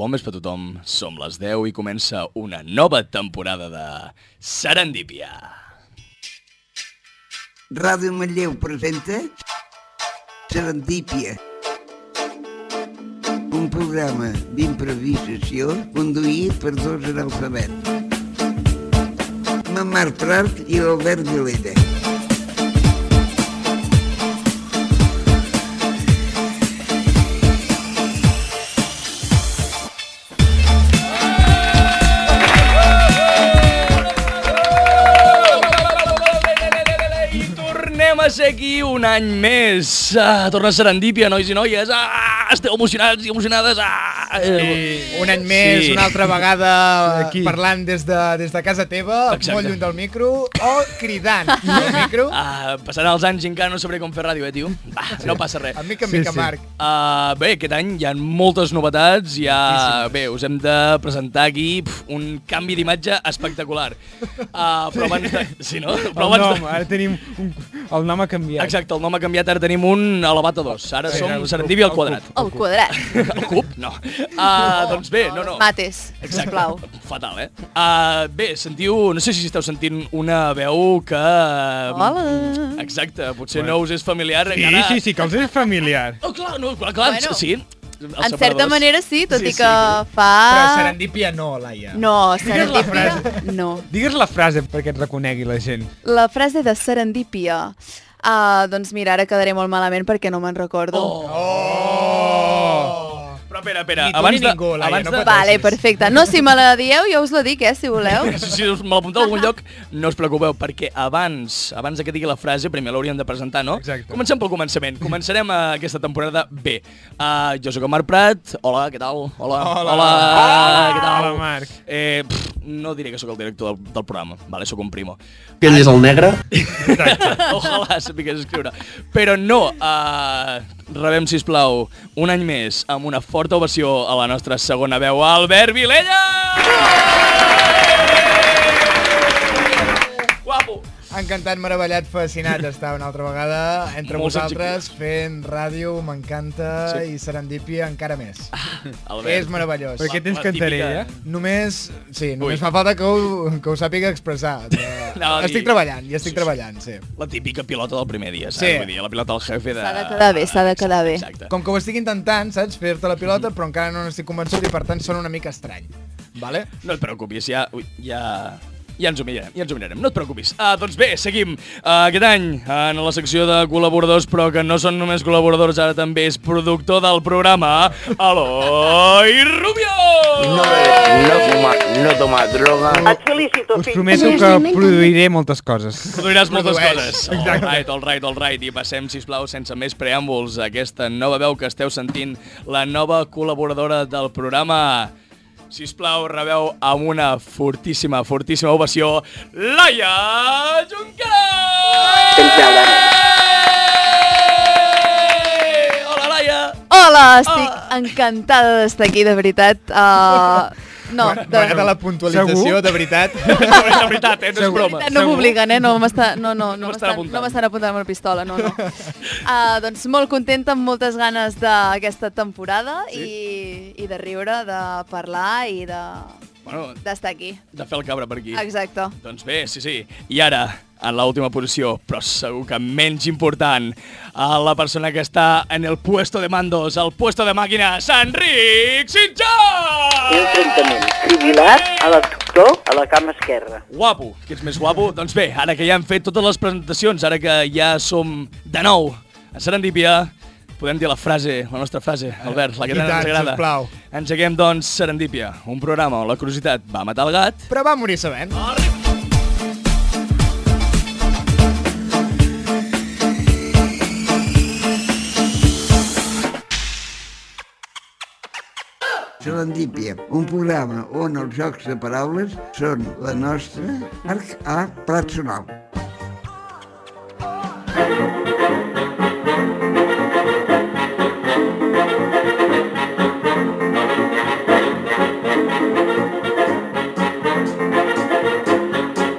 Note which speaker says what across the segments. Speaker 1: Bon vespre a tothom, som les 10 i comença una nova temporada de Serendipia.
Speaker 2: Ràdio Manlleu presenta Serendípia, un programa d'improvisació conduït per dos analfabets, la Marc Prat i l'Albert Vilella.
Speaker 1: I tornem a ser aquí un any més. Ah, torna Serendipia, nois i noies. Ah, esteu emocionats i emocionades. Ah, eh,
Speaker 3: Un any més,
Speaker 1: Sí.
Speaker 3: sí. una altra vegada
Speaker 4: Aquí.
Speaker 3: Aquí. parlant des de, des de casa teva,
Speaker 1: Exacte.
Speaker 3: Exacte. molt lluny del micro, o cridant al micro.
Speaker 1: Ah, passaran els anys i encara no sabré com fer ràdio, eh, tio? Va, no passa res.
Speaker 3: A mica en
Speaker 4: Sí,
Speaker 3: mica,
Speaker 4: sí.
Speaker 3: sí. Marc.
Speaker 1: Uh, bé, aquest any hi ha moltes novetats, hi ha... Bé, us hem de presentar aquí pf, un canvi d'imatge espectacular. Uh, però abans de... Sí, no? Però
Speaker 4: el
Speaker 1: abans
Speaker 4: nom, eh? ara tenim un, el nom ha canviat.
Speaker 1: Exacte, el nom ha canviat, ara tenim un elevat a dos. Ara
Speaker 4: Sí,
Speaker 1: som
Speaker 4: el cub,
Speaker 1: Serendipia al
Speaker 4: el
Speaker 1: quadrat.
Speaker 5: Al quadrat.
Speaker 1: El cub? No. Uh, doncs bé, no, no.
Speaker 5: Mates,
Speaker 1: Exacte.
Speaker 5: sisplau.
Speaker 1: Fatal, eh? Uh, bé, sentiu, no sé si esteu sentint una veu que... um,
Speaker 5: Hola.
Speaker 1: Exacte, potser no us és familiar.
Speaker 4: Sí,
Speaker 1: encara...
Speaker 4: sí, sí, que els és familiar.
Speaker 1: Oh, clar, no, clar, clar
Speaker 5: Bueno.
Speaker 1: sí. Els
Speaker 5: En certa
Speaker 1: separadors.
Speaker 5: manera sí, tot
Speaker 1: Sí,
Speaker 5: i que
Speaker 3: Però
Speaker 5: fa...
Speaker 3: serendipia no, Laia.
Speaker 5: Ah. No,
Speaker 4: Digues la
Speaker 5: serendipia... No.
Speaker 4: Digues la frase perquè et reconegui la gent.
Speaker 5: La frase de serendipia... Ah, doncs mira, ara quedaré molt malament perquè no me'n recordo.
Speaker 1: Oh.
Speaker 3: Oh!
Speaker 1: Però espera, espera,
Speaker 3: Ni tu
Speaker 1: abans
Speaker 3: ni
Speaker 1: de...
Speaker 3: ningú, Laia,
Speaker 1: abans
Speaker 3: no
Speaker 1: de...
Speaker 3: pateixis.
Speaker 5: Vale, perfecte. No, si me la dieu, jo us la dic, eh, si voleu.
Speaker 1: Si, si us me l'apunteu a algun lloc, no us preocupeu, perquè abans abans de que digui la frase, primer l'hauríem de presentar, no?
Speaker 4: Exacte.
Speaker 1: Comencem pel començament. Començarem eh, aquesta temporada bé. Uh, jo sóc el Marc Prat. Hola, què tal? Hola.
Speaker 3: Hola.
Speaker 1: Hola, què tal?
Speaker 4: Hola, Marc.
Speaker 1: Eh, pff, no diré que sóc el director del, del programa. Vale, sóc un primo.
Speaker 6: que ell és el negre.
Speaker 1: Ojalà sapigués escriure. Però no, uh, rebem, si plau un any més amb una forta ovació a la nostra segona veu, Albert Vilella! Guapo!
Speaker 3: Encantat, meravellat, fascinat d'estar una altra vegada entre
Speaker 1: Molts
Speaker 3: vosaltres, fent ràdio, m'encanta,
Speaker 1: Sí. Ah,
Speaker 3: sí. i serendipia encara més.
Speaker 1: Albert.
Speaker 3: És meravellós.
Speaker 4: Per què tens
Speaker 1: la
Speaker 4: cantarella?
Speaker 1: típica.
Speaker 3: Només, sí, només
Speaker 1: Ui.
Speaker 3: fa falta que ho, que ho sàpiga expressar.
Speaker 1: No,
Speaker 3: estic
Speaker 1: digui.
Speaker 3: treballant, i estic
Speaker 1: Sí, sí.
Speaker 3: treballant, sí.
Speaker 1: La típica pilota del primer dia, saps?
Speaker 3: Sí.
Speaker 1: Vull dir, la pilota del jefe de...
Speaker 5: S'ha de quedar bé, s'ha de quedar bé.
Speaker 1: Exacte.
Speaker 3: Com que ho estic intentant, saps? Fer-te la pilota, però encara no n'estic convençut i per tant sona una mica estrany. Vale?
Speaker 1: No et preocupis, ja... Ui, ja... Ja ens ho mirarem, ja ens ho mirarem, no et preocupis. Ah, doncs bé, seguim. Ah, aquest any, en la secció de col·laboradors, però que no són només col·laboradors, ara també és productor del programa, Eloi Rubio!
Speaker 7: No, no fumar, no tomar droga.
Speaker 4: Us prometo que produiré moltes coses.
Speaker 1: Produiràs moltes
Speaker 3: Produeix.
Speaker 1: coses. All right, all right, all right. I passem, sisplau, sense més preàmbuls, a aquesta nova veu que esteu sentint, la nova col·laboradora del programa. Sisplau, rebeu amb una fortíssima, fortíssima ovació, Laia Junqueras! Hola, Laia!
Speaker 5: Hola, estic
Speaker 1: Ah.
Speaker 5: encantada d'estar aquí, de veritat. Uh, no, de,
Speaker 3: M'agrada la puntualització,
Speaker 4: Doncs Segur?
Speaker 3: de veritat.
Speaker 1: La veritat, eh? No és
Speaker 4: Segur.
Speaker 1: broma.
Speaker 5: No m'obliguen, eh? No m'està- no,
Speaker 1: No
Speaker 5: no, no,
Speaker 1: m'estan
Speaker 5: m'estan-
Speaker 1: apuntant.
Speaker 5: no m'estan apuntant amb la pistola, no, no. Uh, doncs molt contenta, amb moltes ganes d'aquesta temporada sí. i, i de riure, de parlar i de-
Speaker 1: Bueno,
Speaker 5: d'estar de, aquí.
Speaker 1: de fer el cabra per aquí.
Speaker 5: Exacte.
Speaker 1: Doncs bé, sí, sí. I ara, en l'última posició, però segur que menys important, a la persona que està en el puesto de mandos, al puesto de màquines, Enric Sitjà!
Speaker 7: Un trencament cribilat a l'abductor a la cama esquerra.
Speaker 1: Guapo, que ets més guapo. doncs bé, ara que ja hem fet totes les presentacions, ara que ja som de nou a Serendipia, podem dir la frase, la nostra frase, Albert, la que
Speaker 3: I
Speaker 1: tant
Speaker 3: Eh, tant,
Speaker 1: ens agrada.
Speaker 3: sisplau.
Speaker 1: Ens haguem, doncs, Serendipia, un programa on la curiositat va matar el gat
Speaker 3: Però va morir sabent.
Speaker 4: Ah,
Speaker 2: Serendípia, un programa on els jocs de paraules són la nostra arc a Prat Sonal.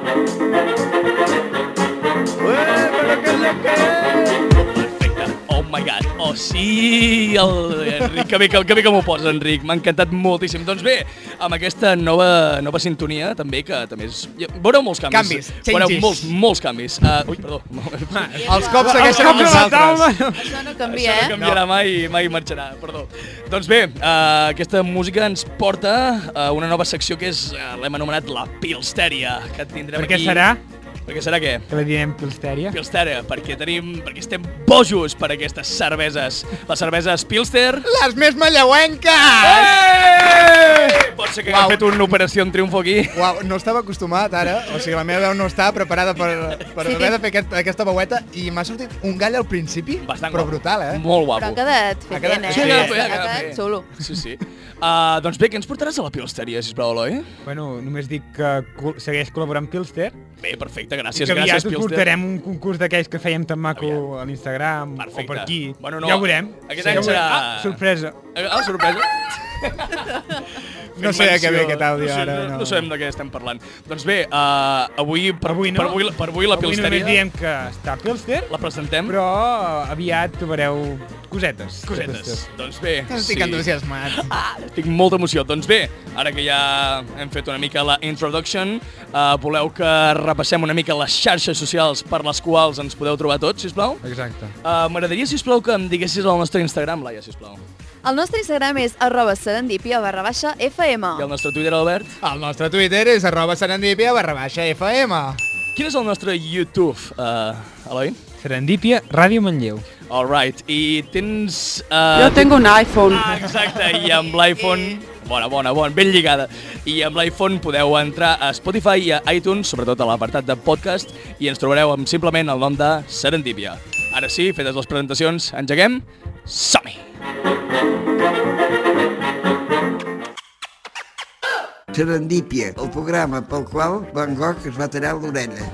Speaker 1: Perfecte. Oh my god. Oh sí, el, Enric, que bé que, que, bé que m'ho pots, Enric. M'ha encantat moltíssim. Doncs bé, amb aquesta nova, nova sintonia, també, que també és... ja- Veureu molts canvis.
Speaker 3: Canvis,
Speaker 1: Veureu
Speaker 3: changes.
Speaker 1: molts, molts canvis. Uh, ui, perdó.
Speaker 3: Els cops segueixen amb
Speaker 4: la taula.
Speaker 3: nosaltres.
Speaker 5: Això no
Speaker 1: Això
Speaker 5: canvia,
Speaker 1: no
Speaker 5: eh?
Speaker 1: canviarà mai, mai marxarà, perdó. Doncs bé, uh, aquesta música ens porta a una nova secció que és, uh, l'hem anomenat la Pilstèria, que tindrem
Speaker 4: Per què
Speaker 1: aquí.
Speaker 4: serà?
Speaker 1: Perquè serà què?
Speaker 4: Que la direm Pilstèria?
Speaker 1: Pilstèria, perquè tenim, perquè estem bojos per aquestes cerveses. La cervesa és Pilster.
Speaker 3: Les més manlleuenques!
Speaker 1: Eh! Pot ser que
Speaker 3: Uau. Eh?
Speaker 1: hagin fet una operació en triomfo aquí.
Speaker 3: Uau, no estava acostumat ara, o sigui, la meva veu no estava preparada per, per
Speaker 5: Sí.
Speaker 3: haver de fer aquest, aquesta veueta i m'ha sortit un gall al principi,
Speaker 1: Bastant
Speaker 3: però
Speaker 1: guapo.
Speaker 3: brutal, eh?
Speaker 1: Molt guapo.
Speaker 5: Però ha quedat
Speaker 3: Ha
Speaker 5: fet
Speaker 3: quedat-
Speaker 5: bé, eh?
Speaker 3: Sí,
Speaker 1: ha quedat bé, ha
Speaker 5: Ha
Speaker 1: quedat bé.
Speaker 5: quedat xulo.
Speaker 1: Sí, sí. Uh, doncs bé, què ens portaràs a la Pilstèria, sisplau, Eloi?
Speaker 4: Bueno, només dic que col- segueix col·laborant Pilster.
Speaker 1: Bé, perfecte,
Speaker 4: Sí,
Speaker 1: gràcies,
Speaker 4: que aviat
Speaker 1: gràcies,
Speaker 4: us
Speaker 1: Pilster.
Speaker 4: portarem un concurs d'aquells que fèiem tan maco a l'Instagram o
Speaker 1: Perfecte.
Speaker 4: per aquí.
Speaker 1: Bueno, no,
Speaker 4: Ja ho veurem.
Speaker 1: aquest
Speaker 4: ja
Speaker 1: any
Speaker 4: ho veurem.
Speaker 1: serà-
Speaker 4: Ah, sorpresa.
Speaker 1: Ah, sorpresa.
Speaker 3: No sé a què ve aquest àudio
Speaker 1: no sé,
Speaker 3: ara.
Speaker 1: No, no sabem de què estem parlant. Doncs bé, uh, avui, per,
Speaker 4: Avui no.
Speaker 1: per, avui, per avui la
Speaker 4: Avui només
Speaker 1: Pilsteria
Speaker 4: diem que està Pilster,
Speaker 1: la presentem.
Speaker 4: Mm-hmm. però aviat trobareu cosetes.
Speaker 1: Cosetes. Doncs bé,
Speaker 3: Estic
Speaker 1: sí.
Speaker 3: entusiasmat.
Speaker 1: Ah, estic amb molta emoció. Doncs bé, ara que ja hem fet una mica la introduction, uh, voleu que repassem una mica les xarxes socials per les quals ens podeu trobar tots, sisplau?
Speaker 4: Exacte.
Speaker 1: Uh, M'agradaria, sisplau, que em diguessis el nostre Instagram, Laia, sisplau.
Speaker 5: El nostre Instagram és arroba serendipia barra baixa FM.
Speaker 1: I el nostre Twitter, Albert.
Speaker 3: El nostre Twitter és arroba serendipia barra baixa FM.
Speaker 1: Quin és el nostre YouTube, uh, Eloi?
Speaker 4: Serendípia, Ràdio Manlleu.
Speaker 1: All right. I tens... Uh,
Speaker 6: tengo un iPhone.
Speaker 1: Ah, exacte, i amb l'iPhone... Bona, bona, bona, ben lligada. I amb l'iPhone podeu entrar a Spotify i a iTunes, sobretot a l'apartat de podcast, i ens trobareu amb simplement el nom de Serendipia. Ara sí, fetes les presentacions, engeguem. Som-hi!
Speaker 2: Serendípia, el programa pel qual Van Gogh es va tallar l'orella.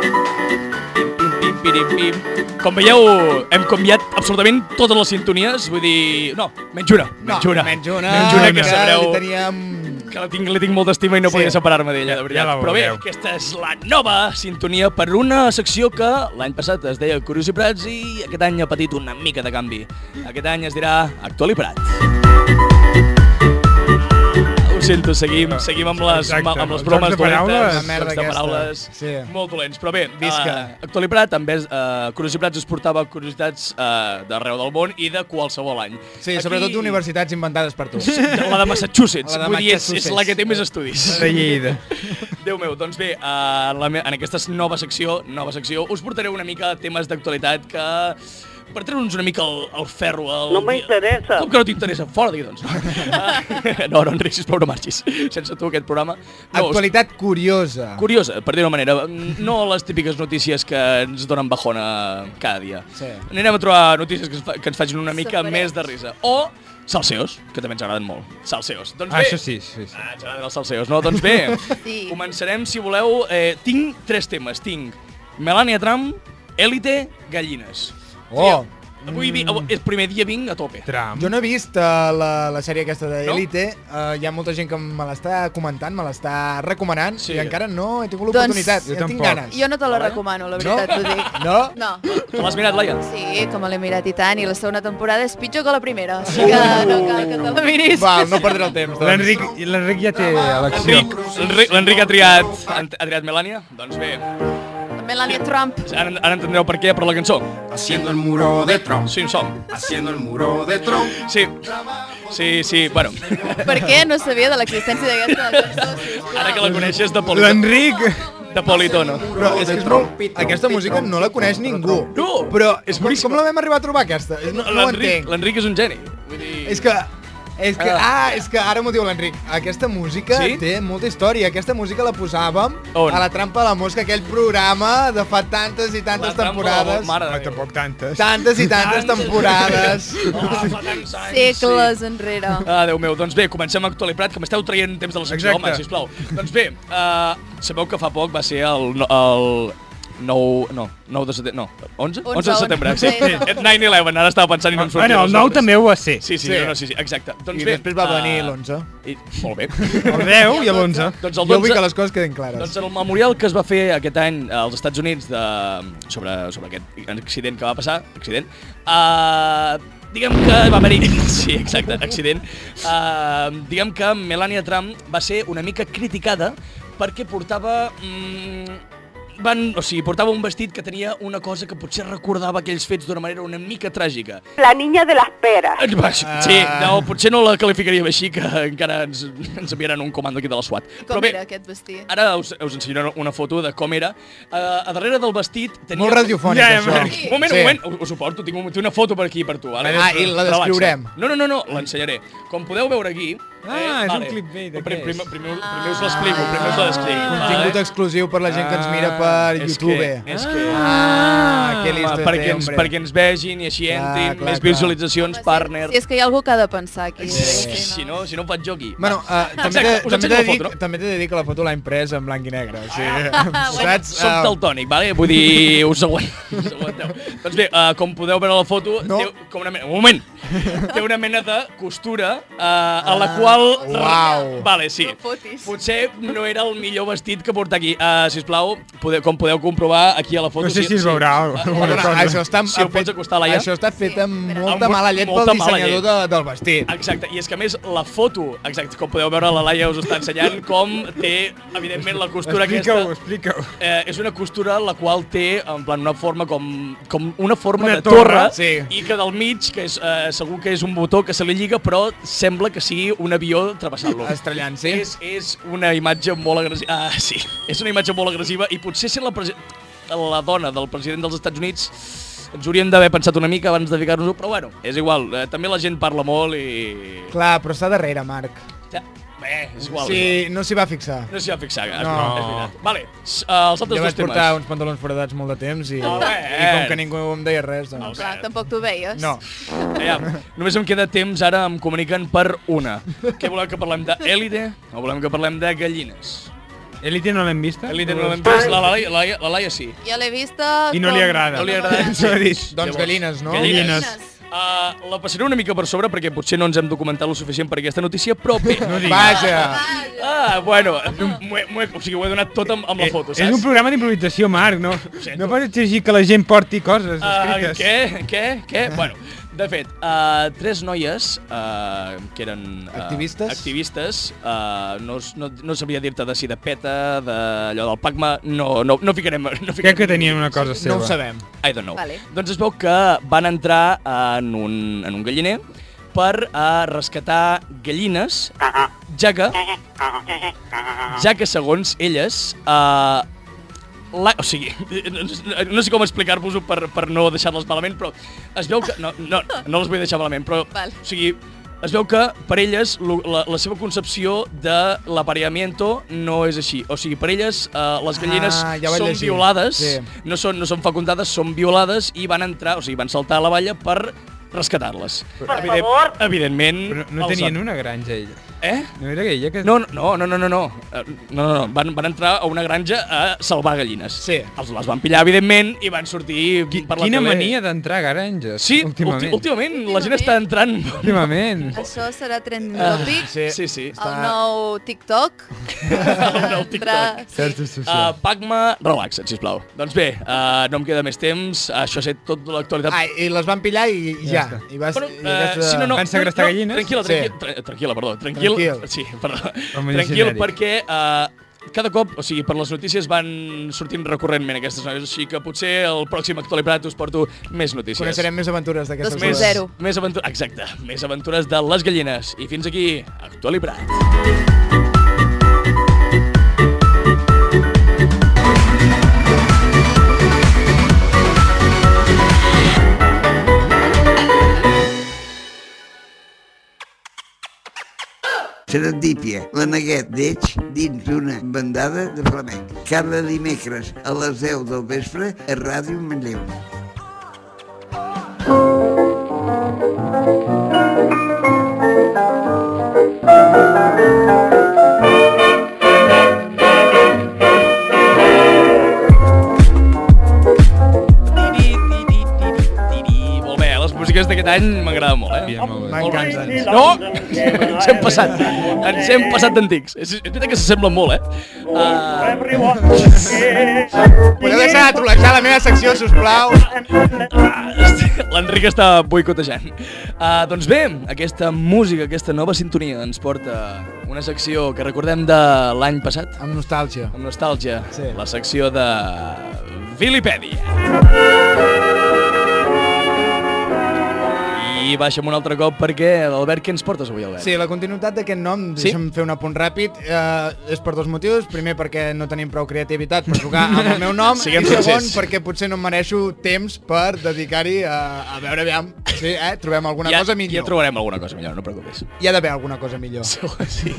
Speaker 1: Pim, pim, pirim, pim. Com veieu, hem canviat absolutament totes les sintonies, vull dir... No, menys una, menys una.
Speaker 3: menys una, Ah,
Speaker 1: Menys una que sabreu...
Speaker 3: li Teníem...
Speaker 1: que la tinc, li tinc molta estima i no
Speaker 3: Sí.
Speaker 1: sí. podia separar-me d'ella, de
Speaker 4: ja
Speaker 1: veritat.
Speaker 4: la
Speaker 1: Però bé,
Speaker 4: veureu.
Speaker 1: aquesta és la nova sintonia per una secció que l'any passat es deia Curiós i Prats i aquest any ha patit una mica de canvi. Aquest any es dirà Actual i Prat. Ho sento, seguim, seguim amb les,
Speaker 4: Exacte,
Speaker 1: amb les
Speaker 4: els
Speaker 1: bromes
Speaker 4: jocs de paraules.
Speaker 1: dolentes,
Speaker 4: La
Speaker 3: merda
Speaker 1: jocs de
Speaker 3: aquesta.
Speaker 1: paraules
Speaker 3: Sí.
Speaker 1: molt dolents. Però bé,
Speaker 3: Visca.
Speaker 1: Uh, Actual i Prat, en vez, uh, Curiós i Prats us portava curiositats uh, d'arreu del món i de qualsevol any.
Speaker 3: Sí, sobretot d'universitats inventades per tu.
Speaker 1: La de Massachusetts,
Speaker 3: La de
Speaker 1: vull dir, és, és
Speaker 3: Massachusetts.
Speaker 1: la que té més estudis.
Speaker 4: De Lleida.
Speaker 1: Déu meu, doncs bé, eh, en, la me en aquesta nova secció, nova secció, us portaré una mica temes d'actualitat que... Per treure'ns una mica el, el ferro... El...
Speaker 7: No m'interessa.
Speaker 1: Com que no t'interessa? Fora d'aquí, doncs. Ah, no, no, Enric, sisplau, no marxis. Sense tu aquest programa... No, us-
Speaker 3: Actualitat curiosa.
Speaker 1: Curiosa, per dir-ho manera, no les típiques notícies que ens donen bajona cada dia.
Speaker 3: Sí.
Speaker 1: Anem a trobar notícies que ens, fa, que ens facin una mica més
Speaker 5: Sorprenents.
Speaker 1: de risa. O salseos, que també ens agraden molt. Salseos. Doncs
Speaker 4: Ah,
Speaker 1: bé,
Speaker 4: això sí, sí, sí.
Speaker 1: Ah, ens agraden els salseos, no? Doncs bé,
Speaker 5: Sí.
Speaker 1: començarem, si voleu. Eh, tinc tres temes. Tinc Melania Trump, Élite, Gallines.
Speaker 3: Oh,
Speaker 1: Avui, vi, avui el primer dia vinc a tope.
Speaker 4: Tram.
Speaker 3: jo no he vist uh, la, la sèrie aquesta
Speaker 1: No?
Speaker 3: d'Elite. Uh, hi ha molta gent que me l'està comentant, me l'està recomanant
Speaker 1: Sí.
Speaker 3: sí. i encara no he tingut
Speaker 5: Doncs-
Speaker 3: l'oportunitat.
Speaker 4: Jo
Speaker 3: ja tinc
Speaker 4: tampoc.
Speaker 3: ganes.
Speaker 5: Jo no te la
Speaker 1: Vale.
Speaker 5: recomano, la veritat, t'ho dic.
Speaker 3: No?
Speaker 5: No.
Speaker 1: Te l'has mirat, Laia?
Speaker 5: Sí, que me l'he mirat i tant, i la segona temporada és pitjor que la primera, així que no
Speaker 4: Oh.
Speaker 5: cal que te la miris.
Speaker 3: Val, no perdré el temps. Doncs.
Speaker 4: L'Enric l'Enric ja té elecció.
Speaker 1: Enric, l'Enric- L'Enric ha triat, ha triat Melania? Doncs bé,
Speaker 5: Melania Trump.
Speaker 1: ara, ara entendreu per què, però la cançó.
Speaker 8: Haciendo el muro de Trump,
Speaker 1: Sí, em som.
Speaker 8: haciendo el muro de Trump.
Speaker 1: Sí. Sí, sí, bueno.
Speaker 5: Per què no sabia de l'existència d'aquesta cançó? sisplau?
Speaker 1: Ara que la coneixes de Politono.
Speaker 4: L'Enric...
Speaker 1: De Politono.
Speaker 3: Però és que és molt... Aquesta música no la coneix ningú.
Speaker 1: No,
Speaker 3: però
Speaker 1: és
Speaker 3: com,
Speaker 1: boníssima.
Speaker 3: com la vam arribar a trobar, aquesta? No, no ho
Speaker 1: L'Enric
Speaker 3: entenc.
Speaker 1: l'Enric és un geni. Vull dir...
Speaker 3: És que... És que, ah, és que ara m'ho diu l'Enric. Aquesta música
Speaker 1: Sí?
Speaker 3: sí? té molta història. Aquesta música la posàvem
Speaker 1: On?
Speaker 3: a la trampa de la mosca, aquell programa de fa tantes i tantes
Speaker 1: trampa de la
Speaker 3: temporades.
Speaker 1: mare de
Speaker 4: Ah,
Speaker 1: Déu.
Speaker 4: tampoc tantes.
Speaker 3: Tantes i tantes temporades.
Speaker 1: Ah, fa tants anys,
Speaker 5: Segles enrere.
Speaker 1: Ah, Déu meu, doncs bé, comencem amb Actual i Prat, que m'esteu traient temps de la secció,
Speaker 4: Exacte.
Speaker 1: eh, home, sisplau. Doncs bé, uh, sabeu que fa poc va ser el, no- el 9, no, 9 de setembre, no, 11?
Speaker 5: 11,
Speaker 1: 11 de setembre, sí.
Speaker 5: sí.
Speaker 1: 9-11, ara estava pensant i no em sortia.
Speaker 4: Bueno, el 9 també ho va ser.
Speaker 1: Sí, sí, sí.
Speaker 3: Sí.
Speaker 1: No, no, sí, sí, exacte. Doncs
Speaker 3: I
Speaker 1: bé,
Speaker 3: després va
Speaker 1: ah,
Speaker 3: venir l'11.
Speaker 1: I, molt bé.
Speaker 4: El 10 i el 11.
Speaker 1: doncs el 12,
Speaker 3: Jo vull que les coses quedin clares.
Speaker 1: doncs el memorial que es va fer aquest any als Estats Units de, sobre, sobre aquest accident que va passar, accident, uh, diguem que va haver-hi... Sí, exacte, accident. Uh, diguem que Melania Trump va ser una mica criticada perquè portava... Mm, van, o sigui, portava un vestit que tenia una cosa que potser recordava aquells fets d'una manera una mica tràgica.
Speaker 6: La niña de las peras.
Speaker 1: Eh, va, Sí, sí, no, potser no la qualificaríem així, que encara ens, ens enviaran un comando aquí de la SWAT.
Speaker 5: Com Però bé, era aquest vestit?
Speaker 1: Ara us, us ensenyaré una foto de com era. Uh, a darrere del vestit tenia...
Speaker 3: Molt radiofònic,
Speaker 1: Ja,
Speaker 3: això.
Speaker 1: ja, Un moment,
Speaker 3: Sí.
Speaker 1: un moment. Ho, ho suporto, tinc, un- tinc una foto per aquí per tu. Ara.
Speaker 3: Ah, i la
Speaker 1: Relaxa.
Speaker 3: descriurem.
Speaker 1: No, no, no, no l'ensenyaré. Com podeu veure aquí... eh,
Speaker 4: Ah, és un clipbait,
Speaker 1: Primer,
Speaker 4: aquest.
Speaker 1: primer, primer, primer us l'explico, primer us la descric.
Speaker 3: Ah. Contingut
Speaker 1: vale?
Speaker 3: exclusiu per la gent que ens mira per
Speaker 1: Ah, és
Speaker 3: YouTube. eh.
Speaker 1: Que, és que...
Speaker 3: Ah, que listo
Speaker 1: Home,
Speaker 3: té,
Speaker 1: perquè, ens,
Speaker 3: hombre.
Speaker 1: perquè ens vegin i així
Speaker 3: Clar,
Speaker 1: entrin,
Speaker 3: clar,
Speaker 1: més
Speaker 3: clar.
Speaker 1: visualitzacions, partner...
Speaker 5: Si és que hi ha algú que ha de pensar aquí.
Speaker 1: Sí, és que si no, si no faig jo aquí.
Speaker 3: Bueno, uh, també
Speaker 1: Exacte,
Speaker 3: t'he
Speaker 1: us
Speaker 3: també
Speaker 1: ensenyo
Speaker 3: t'he
Speaker 1: la
Speaker 3: de dir,
Speaker 1: foto, no?
Speaker 3: també t'he de dir que la foto l'ha impresa en blanc i negre. O
Speaker 1: Ah,
Speaker 3: sigui, saps?
Speaker 1: Soc
Speaker 3: Ah,
Speaker 1: daltònic, vale? Vull dir, us aguanteu. Us aguanteu. doncs bé, uh, com podeu veure a la foto,
Speaker 3: No.
Speaker 1: té, com una mena, un moment, té una mena de costura uh, a
Speaker 4: Ah,
Speaker 1: la qual...
Speaker 3: uau.
Speaker 1: Vale, sí.
Speaker 5: No fotis.
Speaker 1: Potser no era el millor vestit que portar aquí. Uh, sisplau, podeu, com podeu comprovar aquí a la foto...
Speaker 4: No sé
Speaker 1: sí-
Speaker 4: si es
Speaker 1: sí. Ah,
Speaker 4: veurà alguna
Speaker 3: Perdona,
Speaker 4: cosa.
Speaker 3: això està
Speaker 1: Si ho pots acostar, Laia.
Speaker 3: Això està fet amb
Speaker 1: Amb
Speaker 3: molta
Speaker 1: molt-
Speaker 3: mala llet pel
Speaker 1: molta mala
Speaker 3: dissenyador de, del vestit.
Speaker 1: Exacte, i és que a més la foto, exacte, com podeu veure la Laia us està ensenyant com té, evidentment, la costura
Speaker 4: Explica-ho,
Speaker 1: aquesta...
Speaker 4: explica-ho.
Speaker 1: Eh, és una costura la qual té en plan una forma com, com una forma
Speaker 4: Una
Speaker 1: de torre,
Speaker 4: torre,
Speaker 3: sí.
Speaker 1: i que del mig que és, eh, segur que és un botó que se li lliga però sembla que sigui un avió travessant-lo.
Speaker 3: Estrellant-se.
Speaker 1: És, és una imatge molt agressiva. Ah, sí. És una imatge molt agressiva i potser sent la, presi- la dona del president dels Estats Units ens hauríem d'haver pensat una mica abans de ficar-nos-ho, però bueno, és igual. Eh, també la gent parla molt i...
Speaker 3: Clar, però està darrere, Marc.
Speaker 1: Ja, Bé, és igual.
Speaker 3: Sí, no s'hi va fixar.
Speaker 1: No s'hi va fixar, no.
Speaker 3: No.
Speaker 1: és veritat. Vale, s- eh, els altres
Speaker 3: Jo
Speaker 1: dos
Speaker 3: vaig
Speaker 1: temes.
Speaker 3: portar uns pantalons foradats molt de temps i, i
Speaker 1: Molt bé.
Speaker 3: com que ningú em deia res,
Speaker 1: Molt
Speaker 3: doncs...
Speaker 1: bé.
Speaker 5: Clar, tampoc tu veies.
Speaker 3: No.
Speaker 1: Aviam, només em queda temps, ara em comuniquen per una. Què voleu que parlem de Élite o volem que parlem de gallines?
Speaker 4: Elite no l'hem vista?
Speaker 1: Élite no l'hem vist, la, la, Laia- la, Laia- la Laia sí.
Speaker 5: Ja l'he vista...
Speaker 4: I no
Speaker 5: com-
Speaker 4: li agrada.
Speaker 1: No li
Speaker 5: m'agrada.
Speaker 1: agrada.
Speaker 4: Ens ho ha dit.
Speaker 3: Doncs gallines, no?
Speaker 1: Gallines.
Speaker 5: Gallines.
Speaker 1: Uh, la passaré una mica per sobre perquè potser no ens hem documentat lo suficient per aquesta notícia, però bé.
Speaker 3: Vaja!
Speaker 1: Ah, bueno, m'ho he, m'ho he, o sigui, ho he donat tot amb, amb la foto,
Speaker 4: eh, És un
Speaker 1: saps?
Speaker 4: programa d'improvisació, Marc, no?
Speaker 1: sento.
Speaker 4: No pots exigir que la gent porti coses
Speaker 1: Uh,
Speaker 4: escrites.
Speaker 1: què? Què? Què? Bueno, de fet, uh, tres noies uh, que eren... Uh,
Speaker 3: Activistes?
Speaker 1: Activistes. Uh, no, s- no, no sabria dir-te de si de PETA, de allò del PACMA... No, no, no ficarem... No
Speaker 4: Crec
Speaker 1: ficarem
Speaker 4: que tenien una cosa seva.
Speaker 3: No ho sabem.
Speaker 1: I don't know.
Speaker 5: Vale.
Speaker 1: Doncs es veu que van entrar en un, en un galliner per a rescatar gallines, ja que, ja que segons elles, eh, la, o sigui, no, no sé com explicar-vos-ho per, per no deixar-les malament, però es veu que... No, no, no les vull deixar malament, però...
Speaker 5: Val.
Speaker 1: O sigui, es veu que per elles lo- la, la seva concepció de l'aparellamiento no és així. O sigui, per elles eh, les gallines
Speaker 3: Ah, ja ho vaig
Speaker 1: són
Speaker 3: llegir.
Speaker 1: violades,
Speaker 3: Sí.
Speaker 1: no són, no són fecundades, són violades i van entrar, o sigui, van saltar a la valla per rescatar-les.
Speaker 6: favor.
Speaker 1: Evidentment...
Speaker 4: Però no
Speaker 1: els-
Speaker 4: tenien una granja, ella.
Speaker 1: Eh?
Speaker 4: No era ella que...
Speaker 1: No, no, no, no, no, no. Eh, no, no, no. Van, van entrar a una granja a salvar gallines.
Speaker 3: Sí.
Speaker 1: Els, les van pillar, evidentment, i van sortir Qui, per la
Speaker 4: Quina
Speaker 1: tele.
Speaker 4: mania d'entrar a granges,
Speaker 1: Sí, últimament.
Speaker 4: últimament.
Speaker 1: últimament. La gent està entrant...
Speaker 4: últimament.
Speaker 5: Això serà trend
Speaker 1: Ah,
Speaker 5: topic.
Speaker 3: Sí.
Speaker 1: Sí, sí.
Speaker 5: El nou TikTok.
Speaker 1: El nou
Speaker 5: Entra-
Speaker 1: TikTok.
Speaker 5: Sí.
Speaker 4: sí,
Speaker 1: Uh, Pacma, relaxa't, sisplau. Doncs bé, uh, no em queda més temps. Això ha estat tot l'actualitat
Speaker 3: Ai, i les van pillar i i ja.
Speaker 4: està.
Speaker 3: I vas...
Speaker 1: Bueno,
Speaker 3: i
Speaker 1: eh,
Speaker 3: vas, eh,
Speaker 1: sí, no, no,
Speaker 4: Van segrestar
Speaker 1: no, no,
Speaker 4: gallines?
Speaker 1: Tranquil·la,
Speaker 3: Sí.
Speaker 1: tranquil·la, tra- tranquil·la, perdó. Tranquil,
Speaker 3: Tranquil.
Speaker 1: Sí, perdó.
Speaker 4: Home, és
Speaker 1: Tranquil,
Speaker 4: genèric.
Speaker 1: perquè eh, cada cop, o sigui, per les notícies van sortint recurrentment aquestes noies, així que potser el pròxim actualitat us porto més notícies.
Speaker 3: Coneixerem més aventures d'aquestes
Speaker 5: Dos mil
Speaker 1: més,
Speaker 3: dues.
Speaker 5: zero.
Speaker 1: més aventures, exacte, més aventures de les gallines. I fins aquí, Actualiprat.
Speaker 2: Serendípia, la neguet d'Eix dins d'una bandada de flamenc. Cada dimecres a les 10 del vespre a Ràdio Manlleu.
Speaker 1: aquest any m'agrada molt, eh?
Speaker 4: Ja, molt bé.
Speaker 3: M'encanta.
Speaker 1: No! Ens hem passat. Ens hem passat d'antics. És és veritat que s'assemblen molt, eh? Uh,
Speaker 3: Podeu deixar de trolejar la meva secció, si us plau.
Speaker 1: Ah, L'Enric està boicotejant. Uh, doncs bé, aquesta música, aquesta nova sintonia ens porta una secció que recordem de l'any passat,
Speaker 3: Amb nostàlgia.
Speaker 1: amb nostàlgia,
Speaker 3: Sí.
Speaker 1: la secció de Filipèdia. I baixa'm un altre cop perquè, Albert, què ens portes avui, Albert?
Speaker 3: Sí, la continuïtat d'aquest nom,
Speaker 1: Sí?
Speaker 3: deixa'm fer un apunt ràpid, eh, és per dos motius. Primer, perquè no tenim prou creativitat per jugar amb el meu nom.
Speaker 1: Siguem
Speaker 3: I segon,
Speaker 1: sincers.
Speaker 3: perquè potser no em mereixo temps per dedicar-hi a, a veure, aviam, sí, eh, trobem alguna
Speaker 1: ja,
Speaker 3: cosa
Speaker 1: Ja
Speaker 3: millor.
Speaker 1: trobarem alguna cosa millor, no preocupis.
Speaker 3: Hi ha d'haver alguna cosa millor.
Speaker 1: Segur, sí.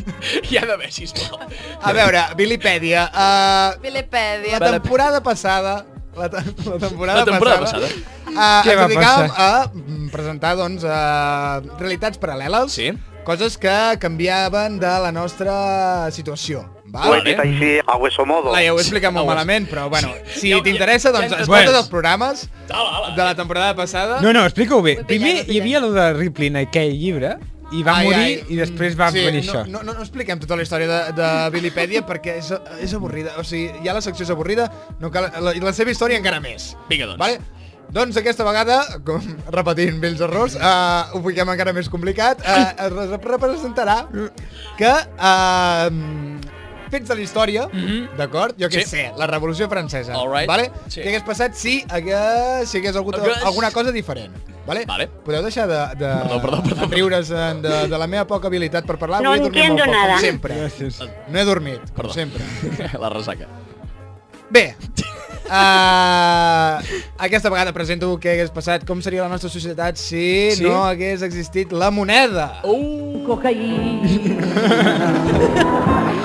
Speaker 1: Hi ha d'haver, sisplau.
Speaker 3: A veure, Bilipèdia, eh,
Speaker 5: Wikipedia.
Speaker 3: la temporada passada... La, te la temporada,
Speaker 1: La temporada
Speaker 3: Uh,
Speaker 4: Què
Speaker 3: ens
Speaker 4: va
Speaker 3: dedicàvem a mm, presentar doncs, uh, realitats paral·leles,
Speaker 1: Sí.
Speaker 3: coses que canviaven de la nostra situació. Val?
Speaker 1: Vale.
Speaker 7: a hueso modo.
Speaker 3: La ja ho he explicat
Speaker 1: Ah,
Speaker 3: molt
Speaker 1: ho has-
Speaker 3: malament, però bueno, si
Speaker 1: Ja ho-
Speaker 3: t'interessa,
Speaker 1: ja-
Speaker 3: doncs
Speaker 1: ja
Speaker 3: escolta
Speaker 1: entendràs.
Speaker 3: els programes de la temporada passada.
Speaker 4: No, no, explica-ho bé.
Speaker 5: Ho he pillat,
Speaker 4: Primer
Speaker 5: ho he pillat.
Speaker 4: hi havia allò de Ripley en aquell llibre i va
Speaker 3: Ai,
Speaker 4: morir
Speaker 3: ai,
Speaker 4: i després va
Speaker 3: sí,
Speaker 4: venir
Speaker 3: no,
Speaker 4: això.
Speaker 3: No, no, no expliquem tota la història de, de Bilipèdia perquè és, és avorrida. O sigui, ja la secció és avorrida, no cal, la, i la seva història encara més.
Speaker 1: Vinga, doncs.
Speaker 3: Vale? Doncs aquesta vegada, com, repetint vells errors, uh, ho fiquem encara més complicat, uh, representarà que uh, fets de la història, mm -hmm. d'acord? Jo què
Speaker 1: Mhm. Sí.
Speaker 3: sí. sé, la Revolució Francesa,
Speaker 1: All right.
Speaker 3: vale?
Speaker 1: Sí.
Speaker 3: Sí. Què hagués passat si hagués, si hagués hagut
Speaker 1: Hagués-
Speaker 3: alguna cosa diferent, vale?
Speaker 1: Vale.
Speaker 3: Podeu deixar de, de,
Speaker 1: Perdó, perdó, perdó.
Speaker 3: de riure's eh, de, de la meva poca habilitat per parlar.
Speaker 6: No
Speaker 3: Avui he dormit
Speaker 6: entiendo
Speaker 3: molt poc,
Speaker 6: nada.
Speaker 3: Com sempre.
Speaker 4: Gràcies.
Speaker 3: No he dormit, com
Speaker 1: Perdó.
Speaker 3: sempre.
Speaker 1: La ressaca.
Speaker 3: Bé, uh, aquesta vegada presento què hagués passat, com seria la nostra societat si
Speaker 4: Sí?
Speaker 3: sí? no hagués existit la moneda.
Speaker 1: Oh.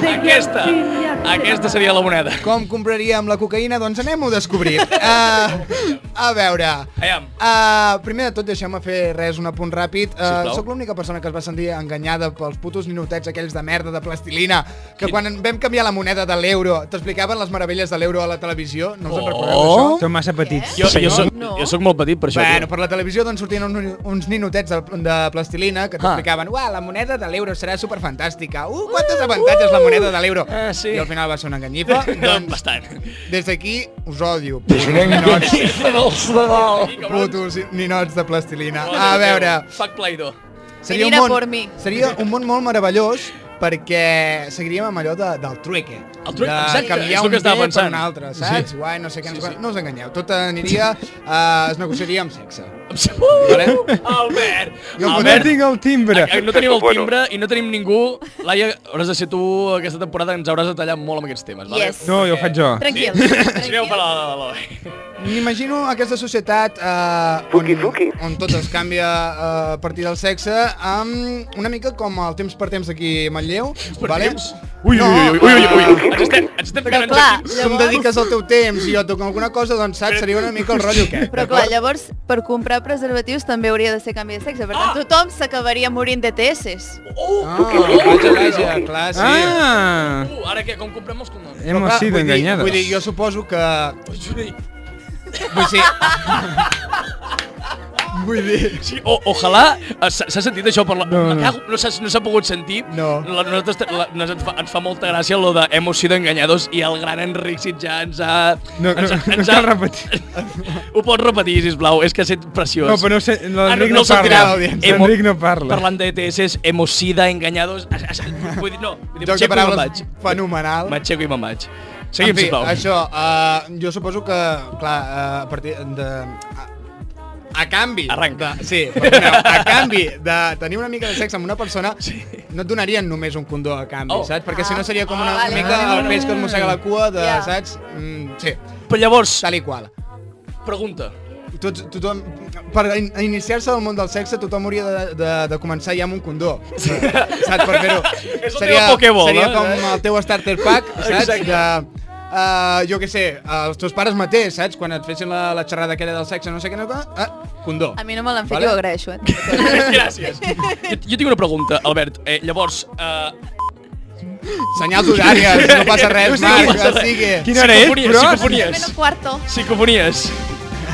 Speaker 1: Aquesta, aquesta seria la moneda.
Speaker 3: Com compraríem la cocaïna? Doncs anem-ho a descobrir. Uh, a veure...
Speaker 1: Aviam.
Speaker 3: Uh, primer de tot, deixeu-me fer res, un apunt ràpid. Uh,
Speaker 1: Sisplau.
Speaker 3: Soc l'única persona que es va sentir enganyada pels putos ninotets aquells de merda de plastilina que
Speaker 1: Quin-
Speaker 3: quan vam canviar la moneda de l'euro t'explicaven les meravelles de l'euro a la televisió. No us en
Speaker 1: Oh.
Speaker 3: recordeu d'això?
Speaker 4: Són massa petits.
Speaker 1: Jo, jo, soc,
Speaker 5: No.
Speaker 1: jo soc molt petit per això.
Speaker 3: Bueno,
Speaker 1: tio.
Speaker 3: per la televisió doncs sortien uns, uns ninotets de, de plastilina
Speaker 1: Ah.
Speaker 3: que t'explicaven uah, la moneda de l'euro serà superfantàstica. Uh, quantes avantatges la moneda de l'euro.
Speaker 1: Ah, sí.
Speaker 3: I al final va ser una enganyifa. doncs,
Speaker 1: Bastant.
Speaker 3: des d'aquí us odio. Putos ninots, putos ninots de plastilina. A veure...
Speaker 1: Fuck Play-Doh.
Speaker 3: Seria un
Speaker 5: Venir a
Speaker 3: món,
Speaker 5: por mi.
Speaker 3: seria un món molt meravellós perquè seguiríem amb allò de, del trueque.
Speaker 1: El trueque,
Speaker 3: de
Speaker 1: exacte, és
Speaker 3: canviar
Speaker 1: el
Speaker 3: un
Speaker 1: que estava
Speaker 3: bé per
Speaker 1: pensant.
Speaker 3: un altre, saps?
Speaker 1: Sí.
Speaker 3: Sí. Guai, no sé què,
Speaker 1: Sí,
Speaker 3: sí,
Speaker 1: sí.
Speaker 3: sí. no us enganyeu. Tot aniria, eh, es negociaria amb sexe.
Speaker 1: Vale. Uh, Albert!
Speaker 3: Jo
Speaker 4: No
Speaker 1: Albert!
Speaker 4: tinc el timbre.
Speaker 1: No tenim el timbre i no tenim ningú. Laia, hauràs de ser tu aquesta temporada ens hauràs de tallar molt amb aquests temes, vale?
Speaker 5: Yes.
Speaker 4: No, jo ho faig jo.
Speaker 5: Tranquil.
Speaker 1: Aneu per
Speaker 5: Tranquil.
Speaker 1: la... la- la-
Speaker 3: M'imagino aquesta societat eh, on,
Speaker 7: Fuki, fuki.
Speaker 3: on tot es canvia eh, a partir del sexe amb una mica com el temps per temps aquí a Manlleu.
Speaker 1: per
Speaker 3: vale?
Speaker 1: temps? Ui, ui, ui, ui, ui, ui, ui. Ens estem, ens estem quedant
Speaker 5: clar,
Speaker 1: aquí.
Speaker 3: Si em dediques el teu temps i jo et dono alguna cosa, doncs saps, seria una mica el rotllo aquest.
Speaker 5: Però clar, llavors, per comprar preservatius també hauria de ser canvi de sexe. Per
Speaker 1: Ah!
Speaker 5: tant, tothom s'acabaria morint de TS.
Speaker 1: Oh,
Speaker 3: Ah, vaja, vaja, clar, sí.
Speaker 4: Ah!
Speaker 1: Uh, ara què? Com comprem els condoms?
Speaker 3: Però
Speaker 4: Hemos
Speaker 3: clar,
Speaker 4: sido
Speaker 3: vull dir-
Speaker 4: engañados.
Speaker 3: Vull dir, jo suposo que...
Speaker 1: Ui,
Speaker 3: Vull dir... vull dir...
Speaker 1: Sí, o, ojalà eh, s'ha s'ha sentit això per la... No, no. no s'ha no s'ha pogut sentir.
Speaker 3: No.
Speaker 1: La, nosaltres, te- la, nos, ens, fa, ens fa molta gràcia lo de hemos sido engañados i el gran Enric Sitjà ens ha...
Speaker 4: No, no,
Speaker 1: ens, ha-
Speaker 4: no
Speaker 1: ens ha-
Speaker 4: cal repetir.
Speaker 1: Ho pots repetir, sisplau, és que ha set preciós.
Speaker 4: No, però no sé, l'Enric no,
Speaker 1: el sentirà
Speaker 4: parla.
Speaker 1: l'audiència.
Speaker 4: L'Enric no parla.
Speaker 1: Parlant d'ETS és hemos sido engañados... a- a- a- Vull dir, no, vull dir,
Speaker 3: Joc
Speaker 1: m'aixeco
Speaker 3: de
Speaker 1: i me'n
Speaker 3: paraules
Speaker 1: vaig.
Speaker 3: fenomenal.
Speaker 1: M'aixeco i me'n vaig.
Speaker 3: En
Speaker 1: Seguim,
Speaker 3: fi,
Speaker 1: sisplau.
Speaker 3: això, uh, jo suposo que, clar, uh, a partir de... A, a canvi...
Speaker 1: Arranca.
Speaker 3: De, sí, perdoneu, a canvi de tenir una mica de sexe amb una persona, sí. no et donarien només un condó a canvi,
Speaker 1: Oh.
Speaker 3: oh. saps? Perquè si no seria com una,
Speaker 5: Ah, vale.
Speaker 3: una mica
Speaker 5: Ah.
Speaker 3: el peix que es mossega la cua de,
Speaker 5: Ja.
Speaker 3: saps? Mm, sí,
Speaker 1: Però llavors,
Speaker 3: tal i qual.
Speaker 1: pregunta.
Speaker 3: Tots, tothom, per in- iniciar-se al món del sexe, tothom hauria de, de, de començar ja amb un condó. Saps? Per fer-ho.
Speaker 1: És el teu Pokéball,
Speaker 3: seria
Speaker 1: eh?
Speaker 3: com el teu starter pack, saps?
Speaker 1: Exacte.
Speaker 3: De, uh, jo què sé, els teus pares mateix, saps? Quan et fessin la, la xerrada aquella del sexe, no sé què, no, ah, condó.
Speaker 5: A mi no me l'han fet,
Speaker 3: Vale.
Speaker 5: jo ho agraeixo. Eh?
Speaker 1: Gràcies. Jo, jo tinc una pregunta, Albert. Eh, llavors, eh,
Speaker 3: Senyals horàries, no passa res,
Speaker 1: No
Speaker 3: Marc,
Speaker 1: passa
Speaker 3: o
Speaker 1: res.
Speaker 3: sigui...
Speaker 4: Quina hora és,
Speaker 1: Psicofonies,
Speaker 4: però?
Speaker 1: psicofonies.
Speaker 5: Menos cuarto.
Speaker 1: Psicofonies.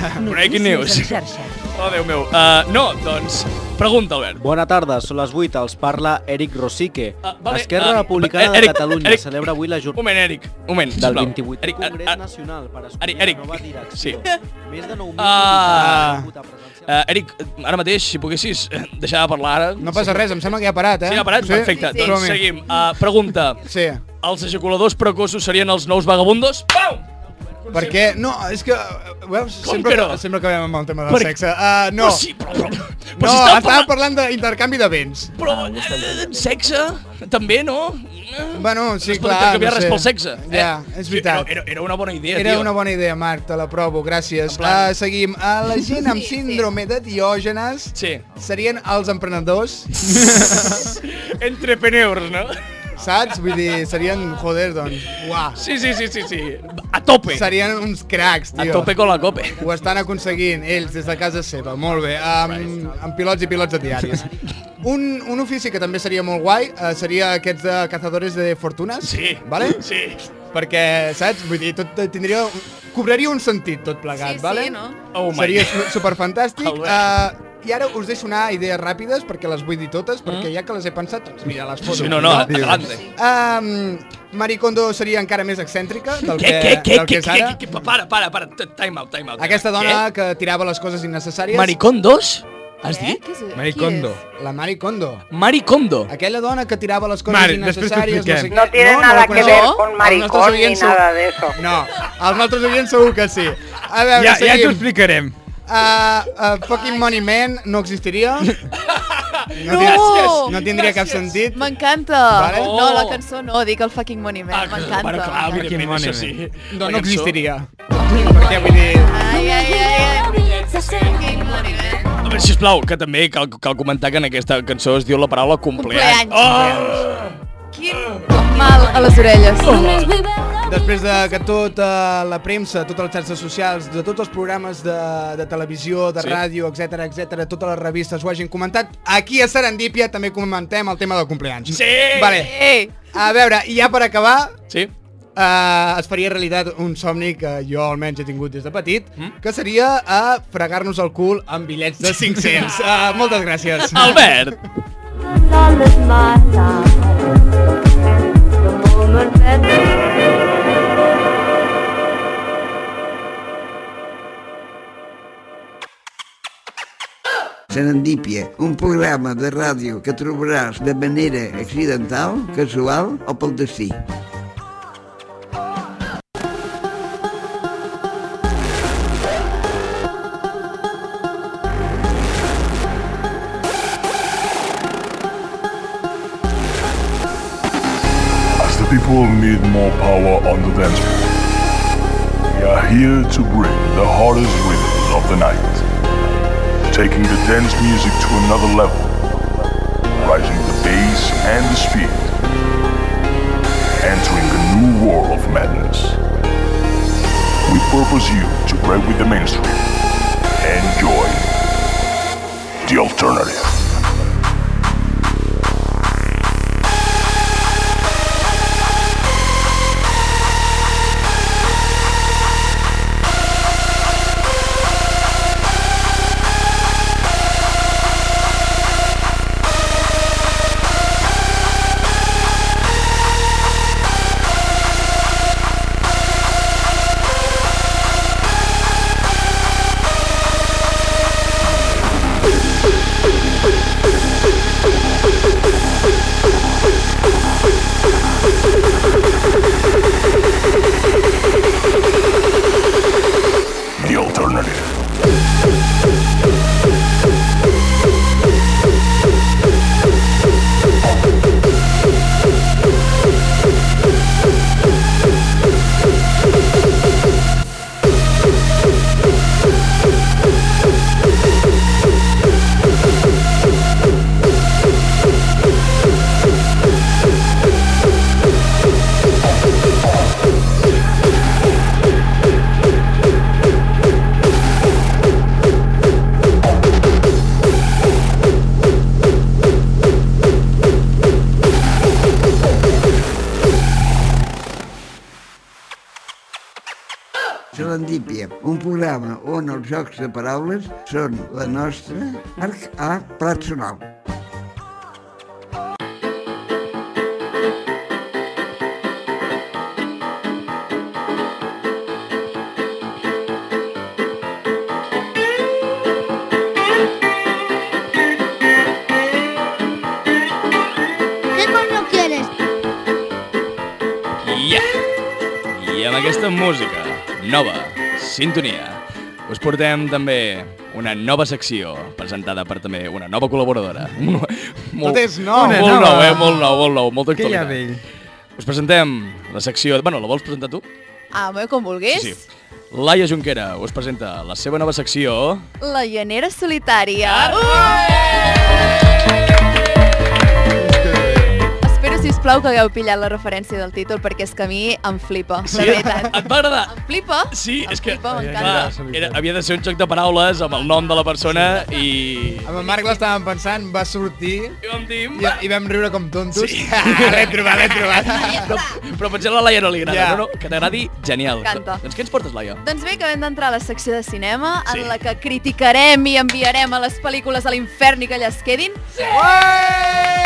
Speaker 1: Breaking news.
Speaker 9: en xarxa.
Speaker 1: Oh, Déu meu. Uh, no, doncs, pregunta, Albert.
Speaker 10: Bona tarda, són les 8, els parla Eric Rosique.
Speaker 1: Ah, vale,
Speaker 10: Esquerra
Speaker 1: ah,
Speaker 10: Republicana de
Speaker 1: Eric,
Speaker 10: Catalunya
Speaker 1: Eric.
Speaker 10: celebra avui la
Speaker 1: Un
Speaker 10: jornada
Speaker 1: moment, Eric. Un moment,
Speaker 10: del
Speaker 1: sisplau.
Speaker 10: 28
Speaker 1: Eric, ah,
Speaker 10: Congrés
Speaker 1: ah,
Speaker 10: Nacional per escollir
Speaker 1: Eric,
Speaker 10: la
Speaker 1: Eric.
Speaker 10: nova direcció.
Speaker 1: Sí.
Speaker 10: Més de 9.000
Speaker 1: Ah.
Speaker 10: militars han hagut a presenciar
Speaker 1: eh, Eric, ara mateix, si poguessis eh, deixar de parlar ara...
Speaker 3: No passa res, em sembla que ja ha parat, eh?
Speaker 1: Sí, ha parat?
Speaker 3: Sí.
Speaker 1: Perfecte.
Speaker 5: Sí, sí.
Speaker 1: Doncs
Speaker 3: Som-hi.
Speaker 1: seguim. Uh, pregunta.
Speaker 3: Sí.
Speaker 1: Els ejaculadors precoços serien els nous vagabundos? Pau!
Speaker 3: Perquè, no, és que, eh, veus,
Speaker 1: Com
Speaker 3: sempre,
Speaker 1: que no?
Speaker 3: sempre acabem amb el tema del
Speaker 1: Per-
Speaker 3: sexe. Uh, no,
Speaker 1: Però sí, però... Però, però
Speaker 3: no,
Speaker 1: si estàvem
Speaker 3: estàvem
Speaker 1: parlant...
Speaker 3: parlant d'intercanvi de béns.
Speaker 1: Però
Speaker 10: Ah,
Speaker 1: eh, sexe, també, no?
Speaker 3: Bueno, sí,
Speaker 1: es pot
Speaker 3: clar,
Speaker 1: canviar
Speaker 3: no
Speaker 1: res
Speaker 3: sé.
Speaker 1: pel sexe. Eh,
Speaker 3: Ja, és veritat.
Speaker 1: Era, era una bona idea,
Speaker 3: Era
Speaker 1: tio.
Speaker 3: una bona idea, Marc, te l'aprovo, gràcies.
Speaker 1: En plan-
Speaker 3: Uh, seguim. Uh, la gent amb
Speaker 5: Sí, sí.
Speaker 3: síndrome de diògenes
Speaker 1: Sí.
Speaker 3: serien els emprenedors,
Speaker 1: Entrepreneurs, no?
Speaker 3: saps? Vull dir, serien, joder, doncs, uah.
Speaker 1: Sí, sí, sí, sí, sí. A tope.
Speaker 3: Serien uns cracs,
Speaker 1: A
Speaker 3: tio.
Speaker 1: tope con la cope.
Speaker 3: Ho estan aconseguint ells des de casa seva, molt bé, amb, amb pilots i pilots de diaris. Un, un ofici que també seria molt guai eh, seria aquests de cazadores de fortunes.
Speaker 1: Sí.
Speaker 3: Vale?
Speaker 1: Sí.
Speaker 3: Perquè, saps? Vull dir, tot tindria... Cobraria un sentit tot plegat,
Speaker 5: Sí, sí,
Speaker 3: vale?
Speaker 5: no?
Speaker 1: Oh my
Speaker 3: Seria
Speaker 1: God.
Speaker 3: su- superfantàstic.
Speaker 1: Albert. Mm.
Speaker 3: Uh, I ara us deixo anar idees ràpides perquè les vull dir totes, perquè ja que les he pensat, doncs mira, les foto.
Speaker 1: Sí, no, no, adelante.
Speaker 3: Um, Maricondo seria encara més excèntrica del
Speaker 1: Què, què,
Speaker 3: que,
Speaker 1: què,
Speaker 3: del
Speaker 1: què,
Speaker 3: que és ara.
Speaker 1: què, què, para, para, para, t- time out, time out.
Speaker 3: Aquesta dona Eh?
Speaker 1: Què?
Speaker 3: que tirava les coses innecessàries.
Speaker 1: Maricón 2? Has
Speaker 5: Eh? Què?
Speaker 1: dit?
Speaker 5: Què és- qui
Speaker 4: Maricondo.
Speaker 5: és?
Speaker 3: La Maricondo.
Speaker 1: Maricondo.
Speaker 3: Aquella dona que tirava les coses
Speaker 4: Mari, després t'ho
Speaker 3: innecessàries.
Speaker 4: expliquem.
Speaker 3: què.
Speaker 6: No tiene
Speaker 3: la
Speaker 6: nada que
Speaker 3: coneixeu?
Speaker 6: ver
Speaker 5: No,
Speaker 6: con
Speaker 3: els nostres
Speaker 6: maricón ni
Speaker 3: oients segur-
Speaker 6: nada de eso.
Speaker 3: No, els nostres oients segur que sí. A veure,
Speaker 4: Ja, ja t'ho
Speaker 3: seguim.
Speaker 4: explicarem.
Speaker 3: Uh, uh, fucking Money Man no existiria. No,
Speaker 5: No!
Speaker 3: tindria- no tindria cap
Speaker 1: Gràcies.
Speaker 3: sentit.
Speaker 5: M'encanta.
Speaker 3: Vale.
Speaker 5: No, la cançó no, dic el fucking monument.
Speaker 1: Oh! Ah,
Speaker 5: M'encanta.
Speaker 1: bueno, clar,
Speaker 4: Fucking
Speaker 1: evidentment,
Speaker 4: money,
Speaker 1: això sí.
Speaker 3: No,
Speaker 1: La cançó.
Speaker 3: no existiria. Perquè vull dir...
Speaker 5: Ai, ai, ai, ai. Fucking monument.
Speaker 1: A veure, sisplau, que també cal, cal comentar que en aquesta cançó es diu la paraula Oh! compleany.
Speaker 5: Compleany. Quin
Speaker 1: Ah.
Speaker 5: mal a les orelles.
Speaker 3: Després de que tota la premsa, totes les xarxes socials, de tots els programes de, de televisió, de
Speaker 1: Sí.
Speaker 3: sí. ràdio, etc etc, totes les revistes ho hagin comentat, aquí a Serendípia també comentem el tema del cumpleaños.
Speaker 1: Sí!
Speaker 3: Vale.
Speaker 5: Ei,
Speaker 3: A veure, i ja per acabar,
Speaker 1: Oh! Sí?
Speaker 3: eh, es faria realitat un somni que jo almenys he tingut des de petit, mm? que seria a fregar-nos el cul amb bitllets de 500. uh, moltes gràcies.
Speaker 1: Ah. Albert!
Speaker 2: Serendípia, un programa de ràdio que trobaràs de manera accidental, casual o pel destí.
Speaker 11: As the people need more power on the dance floor, we are here to bring the hardest rhythms of the night, taking the dance music to another level, rising the bass and the speed, entering a new world of madness. We purpose you to break with the mainstream and join the alternative.
Speaker 2: Típia, un programa on els jocs de paraules són la nostra arc a plat sonal.
Speaker 9: ¿Qué coño quieres?
Speaker 1: Yeah! I amb aquesta música nova, sintonia, us portem també una nova secció presentada per també una nova col·laboradora.
Speaker 3: Tot és nou.
Speaker 1: Molt
Speaker 3: Una
Speaker 1: nou,
Speaker 3: nova.
Speaker 1: eh? Molt nou, molt nou, molta
Speaker 3: Què hi ha
Speaker 1: actualitat. Us presentem la secció... Bueno, la vols presentar tu?
Speaker 5: Ah, bé, com vulguis.
Speaker 1: Sí, sí. Laia Junquera us presenta la seva nova secció...
Speaker 5: La llanera solitària. Espero, si us plau, que hagueu pillat la referència del títol, perquè és que a mi em flipa, de veritat.
Speaker 1: Et va agradar?
Speaker 5: Em flipa?
Speaker 1: Sí,
Speaker 5: em és que... Flipa,
Speaker 1: Clar,
Speaker 5: m'encanta.
Speaker 1: era, havia de ser un joc de paraules amb el nom de la persona i...
Speaker 3: Amb en Marc l'estàvem pensant, va sortir...
Speaker 1: I vam dir...
Speaker 3: I, i vam riure com tontos. Sí. l'he trobat, l'he trobat.
Speaker 1: Però, però potser a la Laia no li agrada.
Speaker 3: Ja.
Speaker 1: No, no, que t'agradi, genial.
Speaker 5: M'encanta.
Speaker 1: Doncs què ens portes, Laia?
Speaker 5: Doncs bé, acabem d'entrar a la secció de cinema, sí. en la que criticarem i enviarem a les pel·lícules a l'infern i que allà es quedin. Oh! Sí!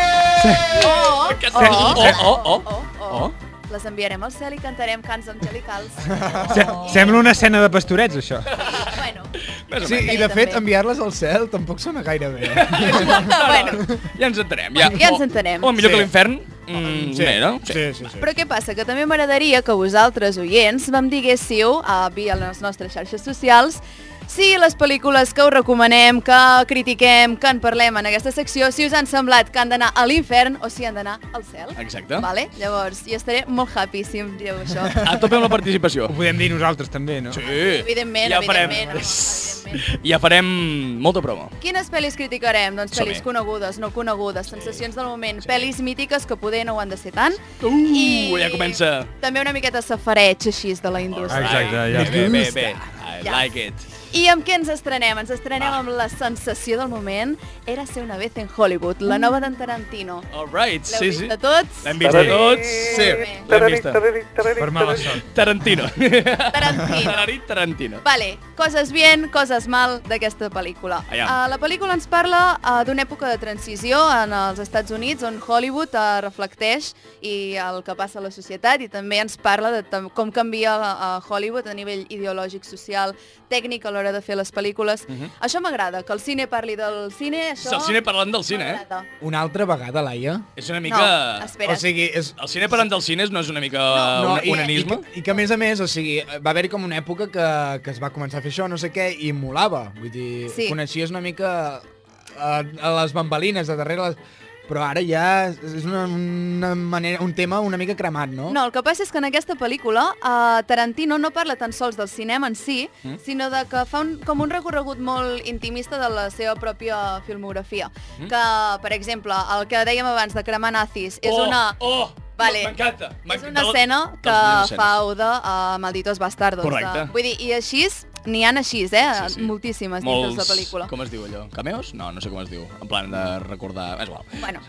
Speaker 5: O,
Speaker 1: Que
Speaker 5: o,
Speaker 1: oh, oh, oh, oh, oh,
Speaker 5: oh. les enviarem al cel i cantarem cants Oh. angelicals.
Speaker 4: Se sembla una escena de pastorets, això.
Speaker 3: Sí, i de fet, enviar-les al cel tampoc sona gaire bé.
Speaker 5: bueno.
Speaker 1: Ja ens entenem, ja.
Speaker 5: Ja ens entenem.
Speaker 1: O, o millor
Speaker 5: Sí.
Speaker 1: que l'infern, mm,
Speaker 3: Sí.
Speaker 1: sí. bé, no?
Speaker 3: Sí, sí,
Speaker 5: Però què passa? Que també m'agradaria que vosaltres, oients, me'n diguéssiu, a via les nostres xarxes socials, si les pel·lícules que us recomanem, que critiquem, que en parlem en aquesta secció, si us han semblat que han d'anar a l'infern o si han d'anar al cel.
Speaker 1: Exacte.
Speaker 5: Vale? Llavors, jo estaré molt happy si em dieu això.
Speaker 1: A tope amb la participació. Ho
Speaker 4: podem dir nosaltres, també, no?
Speaker 1: Sí.
Speaker 5: Evidentment,
Speaker 1: ja
Speaker 5: evidentment, home,
Speaker 1: Farem, ja farem molta promo.
Speaker 5: Quines pel·lis criticarem? Doncs
Speaker 1: Som-hi.
Speaker 5: pel·lis conegudes, no conegudes, sensacions del moment, pel·lis mítiques que poder no ho han de ser tant,
Speaker 1: Uh, ja comença.
Speaker 5: també una miqueta safareig així de la indústria.
Speaker 1: Bé,
Speaker 4: ja.
Speaker 1: bé, bé, bé. I
Speaker 5: Ja.
Speaker 1: like it.
Speaker 5: I amb què ens estrenem? Ens estrenem amb la sensació del moment. Era ser una vez en Hollywood, la nova d'en Tarantino.
Speaker 1: All right,
Speaker 5: L'heu
Speaker 1: sí,
Speaker 5: vist
Speaker 1: sí.
Speaker 5: de tots?
Speaker 1: L'hem vist de
Speaker 5: Sí.
Speaker 1: tots. Sí, l'hem vist.
Speaker 4: Per mala sort.
Speaker 1: Tarantino.
Speaker 5: Tarantino.
Speaker 1: Tararit Tarantino.
Speaker 5: Vale, coses bien, coses mal d'aquesta pel·lícula.
Speaker 1: Aviam.
Speaker 5: Uh, la pel·lícula ens parla uh, d'una època de transició en els Estats Units on Hollywood uh, reflecteix i el que passa a la societat i també ens parla de tam- com canvia uh, Hollywood a nivell ideològic, social, tècnic a l'hora de fer les pel·lícules.
Speaker 1: Mhm.
Speaker 5: Això m'agrada, que el cine parli del cine, això...
Speaker 1: El cine parlant del cine, eh?
Speaker 5: m'agrada.
Speaker 3: Una altra vegada, Laia.
Speaker 1: És una mica...
Speaker 5: No, espera.
Speaker 3: O sigui, és...
Speaker 1: El cine parlant dels cines no és una mica Eh, un,
Speaker 3: i, i,
Speaker 1: unanisme?
Speaker 3: que- i que a més a més, o sigui, va haver-hi com una època que, que es va començar a fer això, no sé què, i molava. Vull dir,
Speaker 5: Sí.
Speaker 3: coneixies una mica a, a les bambalines de darrere les... Però ara ja és- és una, una manera, un tema una mica cremat, no?
Speaker 5: No, el que passa és que en aquesta pel·lícula uh, Tarantino no parla tan sols del cinema en si,
Speaker 3: Mm.
Speaker 5: mm? sinó de que fa un, com un recorregut molt intimista de la seva pròpia filmografia.
Speaker 1: Mm.
Speaker 5: Mm? Que, per exemple, el que dèiem abans de cremar nazis és
Speaker 1: Oh, Doncs
Speaker 5: una...
Speaker 1: Oh,
Speaker 5: Vale.
Speaker 1: m'encanta.
Speaker 5: És
Speaker 1: m'encanta.
Speaker 5: una escena que
Speaker 1: dels Neil
Speaker 5: fa Oda a Malditos Bastardos.
Speaker 1: Correcte.
Speaker 5: De, vull dir, i així, n'hi han així, eh? Sí, sí. Moltíssimes dins de la pel·lícula.
Speaker 1: Com es diu allò? Cameos? No, no sé com es diu. En plan de recordar... És igual.
Speaker 5: Bueno,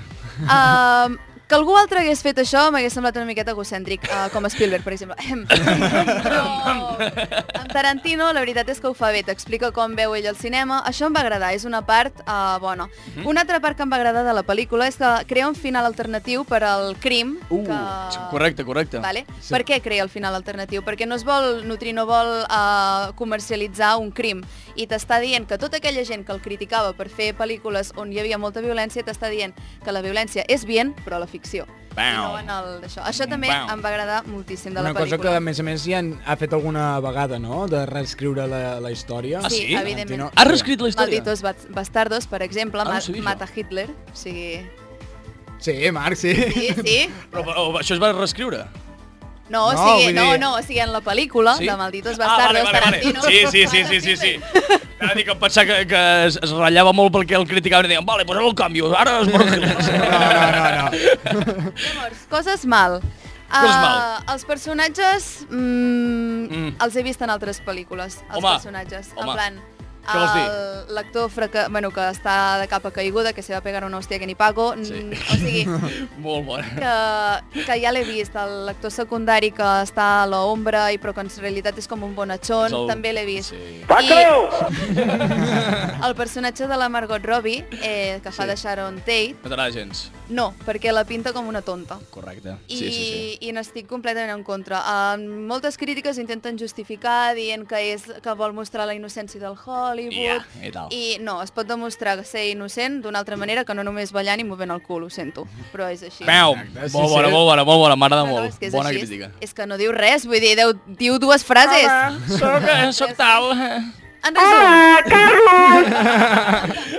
Speaker 5: uh, que algú altre hagués fet això m'hagués semblat una miqueta egocèntric, uh, com Spielberg, per exemple. Ahem. Però amb Tarantino la veritat és que ho fa bé, t'explica com veu ell el cinema. Això em va agradar, és una part uh, bona.
Speaker 1: Mhm.
Speaker 5: Una altra part que em va agradar de la pel·lícula és que crea un final alternatiu per al crim.
Speaker 1: Uh,
Speaker 5: que...
Speaker 1: Correcte, correcte.
Speaker 5: Vale? Sí. Per què crea el final alternatiu? Perquè no es vol nutrir, no vol uh, comercialitzar un crim. I t'està dient que tota aquella gent que el criticava per fer pel·lícules on hi havia molta violència, t'està dient que la violència és bien, però a la ficció. I
Speaker 1: Bam.
Speaker 5: no en el d'això. Això també
Speaker 1: Bam.
Speaker 5: em va agradar moltíssim de
Speaker 3: Una
Speaker 5: la
Speaker 3: cosa que,
Speaker 5: pel·lícula.
Speaker 3: a més a més, ja han- ha fet alguna vegada, no?, de reescriure la, la història.
Speaker 1: Ah, sí?
Speaker 5: Sí, evidentment.
Speaker 3: Tarantino.
Speaker 1: Has reescrit la història? Ah,
Speaker 5: Malditos bas- bastardos, per exemple,
Speaker 1: no
Speaker 5: ma-
Speaker 1: sabia això.
Speaker 5: mata Hitler. O sigui...
Speaker 3: Sí, Marc, sí.
Speaker 5: Sí, sí.
Speaker 1: Però, però això es va reescriure?
Speaker 5: No, o
Speaker 3: No,
Speaker 5: sigui,
Speaker 3: vull
Speaker 5: no,
Speaker 3: dir-
Speaker 5: no, o sigui, en la pel·lícula
Speaker 1: Sí?
Speaker 5: de Malditos
Speaker 1: Ah, vale, vale,
Speaker 5: Bastardos,
Speaker 1: vale.
Speaker 5: Tarantino...
Speaker 1: Sí, sí, sí, sí, sí, sí. Anava a dir que em pensava que, que es, es ratllava molt perquè el criticaven i deien, vale, pues ara el canvio, ara es mor Hitler.
Speaker 3: No, no, no, no.
Speaker 5: Llavors, coses mal.
Speaker 1: Coses
Speaker 5: Eh,
Speaker 1: mal.
Speaker 5: Els personatges mm,
Speaker 1: Mm.
Speaker 5: mm. els he vist en altres pel·lícules, els
Speaker 1: Home,
Speaker 5: personatges.
Speaker 1: home.
Speaker 5: En plan,
Speaker 1: Què vols dir?
Speaker 5: el- L'actor fraca... bueno, que està de capa caiguda, que se va pegar una hòstia que ni pago. Sí. O sigui,
Speaker 1: Molt eh? bona.
Speaker 5: que, que ja l'he vist, el l'actor secundari que està a l'ombra, i però que en realitat és com un bonachón,
Speaker 1: És el-
Speaker 5: el... també l'he vist. Sí.
Speaker 1: Paco!
Speaker 5: el personatge de la Margot Robbie, eh, que fa sí. de Sharon Tate,
Speaker 1: No t'agrada gens.
Speaker 5: no, perquè la pinta com una tonta.
Speaker 1: Correcte.
Speaker 5: I,
Speaker 1: Sí, sí, sí.
Speaker 5: i n'estic completament en contra. Uh, moltes crítiques intenten justificar dient que és que vol mostrar la innocència del Hollywood.
Speaker 1: i tal.
Speaker 5: I no, es pot demostrar ser innocent d'una altra manera que no només ballant i movent el cul, ho sento. Però és així.
Speaker 1: Pau,
Speaker 3: Exacte, sí,
Speaker 1: molt
Speaker 3: sí.
Speaker 1: bona, molt bona, molt bona, m'agrada
Speaker 5: No, no, és
Speaker 1: molt.
Speaker 5: que és
Speaker 1: Bona
Speaker 5: així.
Speaker 1: crítica.
Speaker 5: És que no diu res, vull dir, deu, diu dues frases.
Speaker 1: soc, soc eh, tal. eh.
Speaker 5: En resum. Ah, Carlos!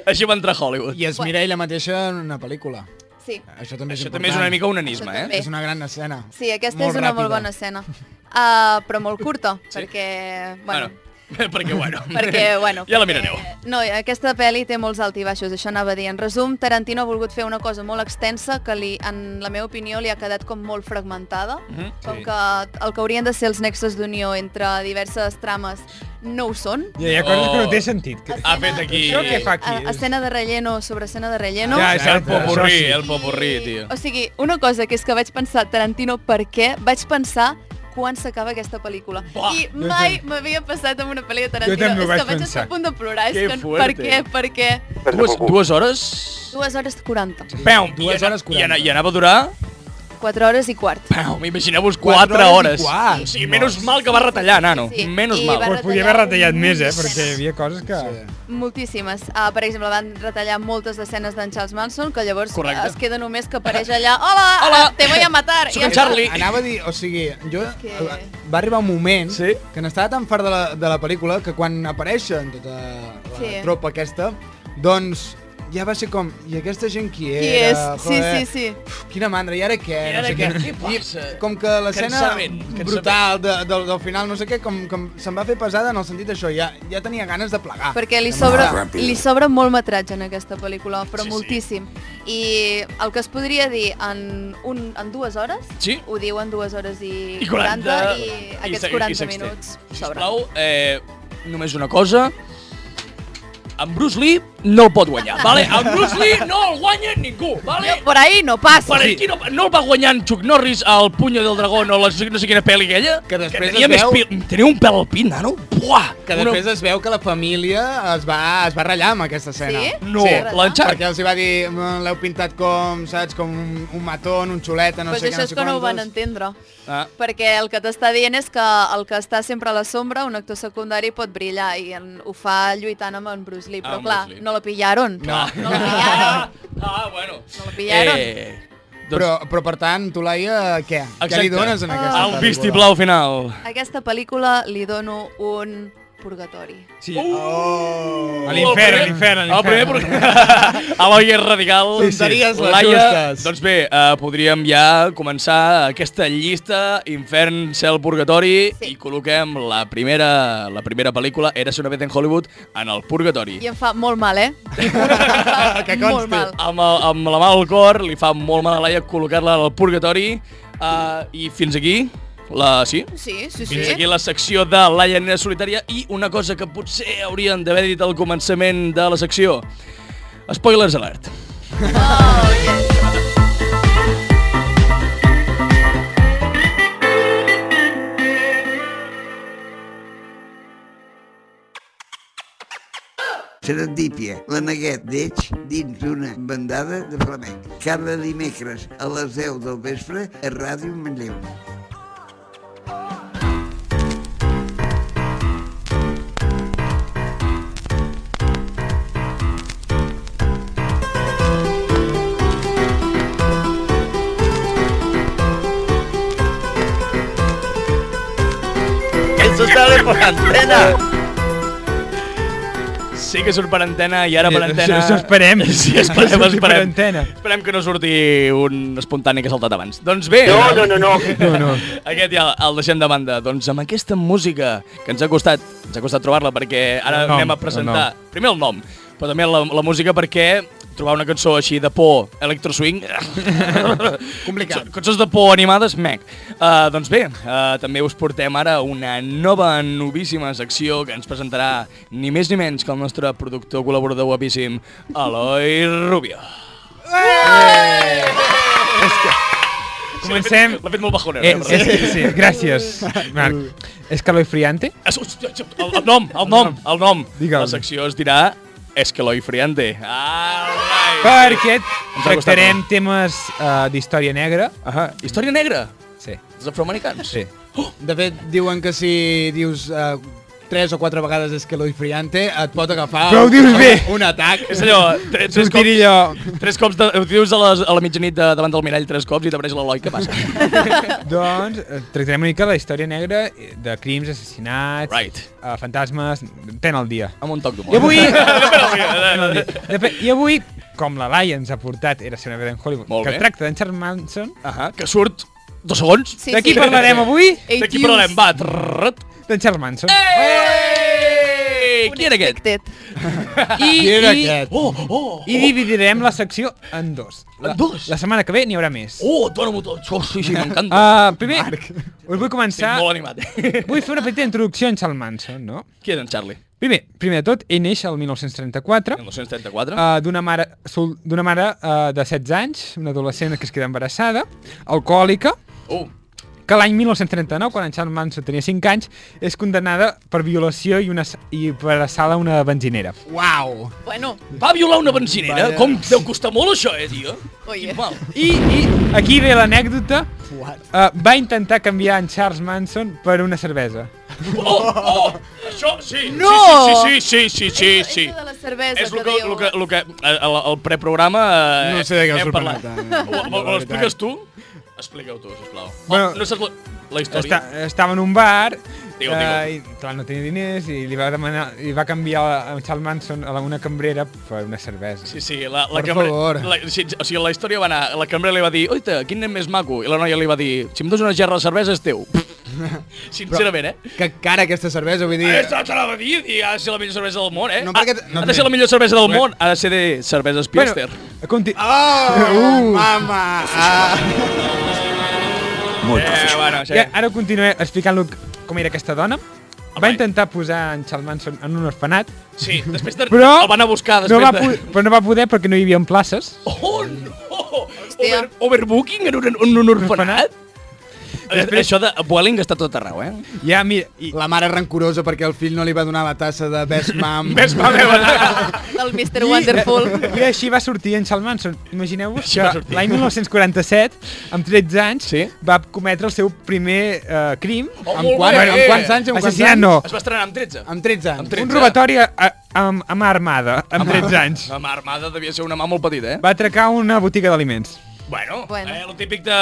Speaker 1: Així va entrar a Hollywood.
Speaker 3: I es mira ell la mateixa en una pel·lícula.
Speaker 5: Sí.
Speaker 3: Això també és
Speaker 1: Això
Speaker 3: important.
Speaker 1: també és una mica onanisme, Això eh? també.
Speaker 3: És una gran escena.
Speaker 5: Sí, aquesta
Speaker 3: Molt
Speaker 5: és una molt
Speaker 3: ràpida.
Speaker 5: bona escena. Uh, però molt curta, sí? perquè... Bueno,
Speaker 1: perquè, bueno.
Speaker 5: Perquè, eh, bueno,
Speaker 1: Ja la mirareu.
Speaker 5: No, i aquesta pel·li té molts alt i baixos, això anava a dir. En resum, Tarantino ha volgut fer una cosa molt extensa que, li, en la meva opinió, li ha quedat com molt fragmentada,
Speaker 1: Mhm,
Speaker 5: com
Speaker 1: sí.
Speaker 5: que el que haurien de ser els nexes d'unió entre diverses trames no ho són.
Speaker 4: Ja, hi ha coses
Speaker 1: Oh.
Speaker 4: que no té sentit. Que...
Speaker 1: Ha fet aquí...
Speaker 4: Això què fa aquí?
Speaker 5: A, escena de relleno sobre escena de relleno.
Speaker 1: Ja, és el
Speaker 4: Exacte,
Speaker 1: popurrí,
Speaker 4: això sí.
Speaker 1: el popurrí, tio.
Speaker 5: O sigui, una cosa que és que vaig pensar, Tarantino, per què? Vaig pensar quan s'acaba aquesta pel·lícula.
Speaker 1: Buah,
Speaker 5: I
Speaker 4: jo
Speaker 5: mai
Speaker 4: també.
Speaker 5: m'havia passat amb una pel·li de
Speaker 4: Jo
Speaker 5: Tarantino.
Speaker 4: també ho
Speaker 5: és
Speaker 4: vaig
Speaker 5: que vaig
Speaker 4: pensar.
Speaker 5: estar a punt de plorar.
Speaker 1: Que
Speaker 5: és que, per
Speaker 1: fuerte.
Speaker 5: què? Per què?
Speaker 1: Dues, dues hores?
Speaker 5: Dues hores 40.
Speaker 1: Pam! I,
Speaker 3: Dues
Speaker 1: ana-
Speaker 3: hores
Speaker 1: i, ana-
Speaker 3: 40.
Speaker 1: I anava a durar...
Speaker 5: 4 hores i quart.
Speaker 1: Pam! Imagineu-vos
Speaker 3: Quatre
Speaker 1: 4 hores.
Speaker 3: hores i quart.
Speaker 1: Sí, menys mal que va retallar, nano.
Speaker 5: Sí, sí.
Speaker 1: Menys
Speaker 5: I
Speaker 1: mal.
Speaker 5: va-
Speaker 4: Pues podia haver retallat més, eh? Perquè hi havia coses que...
Speaker 5: Moltíssimes. Uh, per exemple, van retallar moltes escenes d'en Charles Manson, que llavors eh,
Speaker 1: Correcte.
Speaker 5: es queda només que apareix allà Hola, eh,
Speaker 1: Hola.
Speaker 5: te voy a matar.
Speaker 1: Sóc
Speaker 5: I
Speaker 1: en
Speaker 5: ja
Speaker 1: Charlie. Li-
Speaker 3: Anava a dir, o sigui, jo... eh,
Speaker 5: Que-
Speaker 3: Va arribar un moment
Speaker 1: Sí.
Speaker 3: que n'estava tan fart de la, de la pel·lícula que quan apareixen tota la
Speaker 5: Sí.
Speaker 3: tropa aquesta, doncs ja va ser com, i aquesta gent qui
Speaker 5: Qui
Speaker 3: era?
Speaker 5: és? Sí, sí, sí.
Speaker 3: Uf, Quina mandra, i ara què?
Speaker 1: I ara
Speaker 3: no sé
Speaker 1: què?
Speaker 3: què?
Speaker 1: Què passa?
Speaker 3: I com que l'escena
Speaker 1: Cansament, cansament.
Speaker 3: brutal de, de, del final, no sé què, com, com se'm va fer pesada en el sentit d'això, ja, ja tenia ganes de plegar.
Speaker 5: perquè li
Speaker 3: Em
Speaker 5: sobra,
Speaker 3: va-
Speaker 5: li sobra molt metratge en aquesta pel·lícula,
Speaker 1: Sí, sí.
Speaker 5: però sí, moltíssim. I el que es podria dir en, un, en dues hores,
Speaker 1: Sí.
Speaker 5: ho diuen dues hores i,
Speaker 1: I 40,
Speaker 5: i aquests
Speaker 1: se-
Speaker 5: 40
Speaker 1: s'extén.
Speaker 5: minuts sobren.
Speaker 1: Sisplau, eh, només una cosa. En Bruce Lee no el pot guanyar, vale? En Bruce Lee no el guanya ningú, vale?
Speaker 5: Por ahí no passa.
Speaker 1: Per aquí no, no el va guanyar en Chuck Norris al Puño del Dragón o la, no sé quina pel·li aquella.
Speaker 3: Que després
Speaker 1: tenia
Speaker 3: es
Speaker 1: més
Speaker 3: veu-
Speaker 1: Pil, tenia un pèl al pit, nano. Buah!
Speaker 3: Que després es veu que la família es va, es va ratllar amb aquesta escena.
Speaker 5: Sí?
Speaker 1: No, la Chuck-
Speaker 3: Perquè els hi va dir, "Mm, l'heu pintat com, saps, com un, un matón, un xuleta, no
Speaker 5: Pues
Speaker 3: sé què,
Speaker 5: això
Speaker 3: no
Speaker 5: és
Speaker 3: sé
Speaker 5: que no ho van
Speaker 3: quantos.
Speaker 5: entendre.
Speaker 1: Ah.
Speaker 5: Perquè el que t'està dient és que el que està sempre a la sombra, un actor secundari pot brillar i en, ho fa lluitant amb en Bruce Lee.
Speaker 1: Ah,
Speaker 5: Però
Speaker 1: amb
Speaker 5: clar,
Speaker 1: Bruce Lee.
Speaker 5: no la pillaron.
Speaker 1: No.
Speaker 5: No la pillaron.
Speaker 1: Ah, bueno. No
Speaker 5: la pillaron.
Speaker 1: doncs, Ah,
Speaker 3: Però, però per tant, tu, Laia, què? Què li dones
Speaker 5: Ah.
Speaker 3: en aquesta
Speaker 1: El
Speaker 3: pel·lícula?
Speaker 1: vistiplau final.
Speaker 5: Aquesta pel·lícula li dono un purgatori.
Speaker 4: Sí.
Speaker 3: Oh!
Speaker 4: A l'infern, a l'infern, a
Speaker 1: El Uh! primer
Speaker 4: l'infern.
Speaker 1: programa. Eloi és radical.
Speaker 3: Sí, sí. Tonteries les
Speaker 1: Laia,
Speaker 3: justes.
Speaker 1: doncs bé, eh, podríem ja començar aquesta llista, infern, cel, purgatori,
Speaker 5: Sí.
Speaker 1: i col·loquem la primera, la primera pel·lícula, Érase una vez en Hollywood, en el purgatori.
Speaker 5: I em fa molt mal, eh?
Speaker 3: Que
Speaker 5: molt
Speaker 3: consti.
Speaker 5: mal.
Speaker 1: Amb, el, amb la mà al cor, li fa molt mal a Laia col·locar-la en el purgatori, eh, i fins aquí, la, sí?
Speaker 5: Sí, sí, sí.
Speaker 1: Fins aquí la secció de Laia Nena Solitària i una cosa que potser haurien d'haver dit al començament de la secció. Spoilers alert.
Speaker 5: Oh,
Speaker 2: Serendípia, la neguet d'Eix dins d'una bandada de flamenc. Cada dimecres a les 10 del vespre a Ràdio Manlleu.
Speaker 1: Eso sale por antena. Sí que surt per antena i ara per
Speaker 4: Sí,
Speaker 1: antena...
Speaker 4: això- això esperem.
Speaker 1: Sí,
Speaker 4: Que
Speaker 1: esperem,
Speaker 4: surti per
Speaker 1: esperem.
Speaker 4: antena.
Speaker 1: Esperem que no surti un espontani que ha saltat abans. Doncs bé,
Speaker 7: No, no, no, no.
Speaker 4: No, no.
Speaker 1: aquest ja el deixem de banda. Doncs amb aquesta música que ens ha costat, ens ha costat trobar-la perquè ara
Speaker 4: El nom,
Speaker 1: anem a
Speaker 4: el
Speaker 1: presentar... Primer el nom, però també la, la música perquè trobar una cançó així de por, electro swing... Complicat. Cançons de por animades, mec. Uh, doncs bé, uh, també us portem ara una nova, novíssima secció que ens presentarà ni més ni menys que el nostre productor col·laborador guapíssim, Eloi Rubio.
Speaker 4: Comencem...
Speaker 1: L'ha fet molt bajoner.
Speaker 4: Eh, és que, sí, gràcies, Marc. És Caloi Friante?
Speaker 1: El, el nom, el nom, el nom. La secció es dirà Escaloi Friante. Ah,
Speaker 4: Perquè
Speaker 1: ha costat,
Speaker 4: tractarem temes uh, d'història negra.
Speaker 1: Ahà. Història negra?
Speaker 4: Sí.
Speaker 1: Els afroamericans? Oh!
Speaker 4: Sí.
Speaker 3: De fet, diuen que si dius... Uh, tres o quatre vegades és que Luis Friante et pot agafar
Speaker 4: Però ho dius
Speaker 3: un,
Speaker 4: bé.
Speaker 3: un atac.
Speaker 1: És allò, Eh, tre- tres cops, tres cops de, ho dius a, les, a la mitjanit de, davant del mirall tres cops i t'apareix l'Eloi, què passa?
Speaker 4: doncs eh, tractarem una mica la història negra eh, de crims, assassinats,
Speaker 1: right.
Speaker 4: uh, fantasmes, ten al dia.
Speaker 1: Amb un toc d'humor.
Speaker 4: I avui...
Speaker 1: Depèn del dia,
Speaker 4: Ten al dia. De fe- I avui, com la Laia ens ha portat, era ser una vegada en Hollywood,
Speaker 1: Molt
Speaker 4: que
Speaker 1: bé.
Speaker 4: tracta d'en Charles Manson,
Speaker 1: uh -huh. que surt dos segons.
Speaker 5: Sí,
Speaker 4: de qui
Speaker 5: sí.
Speaker 4: parlarem avui?
Speaker 5: Eight
Speaker 1: D'aquí
Speaker 5: Youths.
Speaker 1: parlarem, va. Trrrrat.
Speaker 4: D'en Charles Manson.
Speaker 1: Ei! Qui era aquest?
Speaker 5: Unexpected.
Speaker 4: I,
Speaker 3: Qui era
Speaker 4: i,
Speaker 3: aquest?
Speaker 1: Oh, oh!
Speaker 4: I dividirem la secció en dos. La,
Speaker 1: En dos?
Speaker 4: La setmana que ve n'hi haurà més.
Speaker 1: Oh, dona-m'ho tot. Oh, sí, sí, m'encanta.
Speaker 4: Uh, primer, us vull començar...
Speaker 1: Estic molt animat.
Speaker 4: Vull fer una petita introducció en Charles Manson, no?
Speaker 1: Qui era en Charlie?
Speaker 4: Primer, primer de tot, ell neix el 1934
Speaker 1: 1934?
Speaker 4: uh, d'una mare, sol- d'una mare uh, de 16 anys, una adolescent que es queda embarassada, alcohòlica,
Speaker 1: Oh,
Speaker 4: que l'any 1939, quan en Charles Manson tenia 5 anys, és condenada per violació i, una, ass- i per assalt a una benzinera.
Speaker 3: Uau!
Speaker 5: Bueno,
Speaker 1: va violar una benzinera?
Speaker 3: Vaya.
Speaker 1: Com deu costar molt això, eh, tio?
Speaker 5: oye.
Speaker 1: Quin mal.
Speaker 4: I, i aquí ve l'anècdota.
Speaker 3: What?
Speaker 4: Uh, va intentar canviar en Charles Manson per una cervesa.
Speaker 1: Oh, oh! Això, sí,
Speaker 5: No!
Speaker 1: sí, sí, sí, sí, sí, sí, sí.
Speaker 5: És la de la cervesa
Speaker 1: És el que,
Speaker 5: que diu.
Speaker 1: el que, el que el, el preprograma... eh,
Speaker 3: No sé de què us
Speaker 1: hem parlat.
Speaker 3: sorprendeu tant. eh.
Speaker 1: Ho, ho,
Speaker 3: La
Speaker 1: ho
Speaker 3: veritat.
Speaker 1: expliques tu? Explica-ho tu, sisplau.
Speaker 4: Bueno,
Speaker 1: Bueno, no saps la, la història?
Speaker 4: Està, estava en un bar,
Speaker 1: Digue'l,
Speaker 4: eh, i clar, no tenia diners, i li va demanar, i va canviar a Charles Manson a la- una cambrera per una cervesa.
Speaker 1: Sí, sí, la, la
Speaker 3: Per
Speaker 1: cambra-
Speaker 3: favor.
Speaker 1: La, sí, o sigui, la història va anar... La cambra li va dir, oita, quin nen més maco? I la noia li va dir, si em dones una gerra de cervesa és teu. Sincerament, eh? Ah,
Speaker 3: Que cara aquesta cervesa, vull dir...
Speaker 1: Això te la va dir, i ha de ser la millor cervesa del món, eh?
Speaker 3: No, perquè-
Speaker 1: Ha-
Speaker 3: no,
Speaker 1: ha de ser la millor cervesa del món, ha de ser de cerveses
Speaker 4: Bueno,
Speaker 1: Pilster.
Speaker 4: conti- Uh.
Speaker 3: Oh, mama! Ah,
Speaker 1: eh, bueno, sí.
Speaker 4: I ara continuem explicant com era aquesta dona. Va
Speaker 1: Alright.
Speaker 4: intentar posar en Charles Manson en un orfenat,
Speaker 1: Sí, després de,
Speaker 4: però...
Speaker 1: el van a buscar.
Speaker 4: No
Speaker 1: Després
Speaker 4: va,
Speaker 1: de...
Speaker 4: po- però no va poder perquè no hi havia places.
Speaker 1: Oh, no!
Speaker 5: Hòstia.
Speaker 1: Over, overbooking en un, en un orfenat? Després... Eh, Això de Vueling està tot arreu, eh?
Speaker 4: Ja, mira, i,
Speaker 3: la mare rancorosa perquè el fill no li va donar la tassa de Best Mom.
Speaker 1: Ves, va bé, va
Speaker 5: Del Mr. Wonderful.
Speaker 4: I així va sortir en Charles Manson. Imagineu-vos
Speaker 1: Així va
Speaker 4: que
Speaker 1: sortir.
Speaker 4: l'any 1947, amb 13 anys,
Speaker 1: Sí.
Speaker 4: va cometre el seu primer eh, crim.
Speaker 1: Oh,
Speaker 3: Amb, quan, amb quants anys? Amb quants
Speaker 4: Assassinat
Speaker 3: anys?
Speaker 4: no.
Speaker 1: Es va estrenar amb 13.
Speaker 3: Amb 13.
Speaker 1: Amb
Speaker 3: Amb
Speaker 1: 13.
Speaker 4: Un robatori a, a, amb, amb armada, amb 13 anys.
Speaker 1: La mà armada devia ser una mà molt petita, eh?
Speaker 4: Va atracar una botiga d'aliments.
Speaker 1: Bueno,
Speaker 5: Bueno.
Speaker 1: Eh, el típic de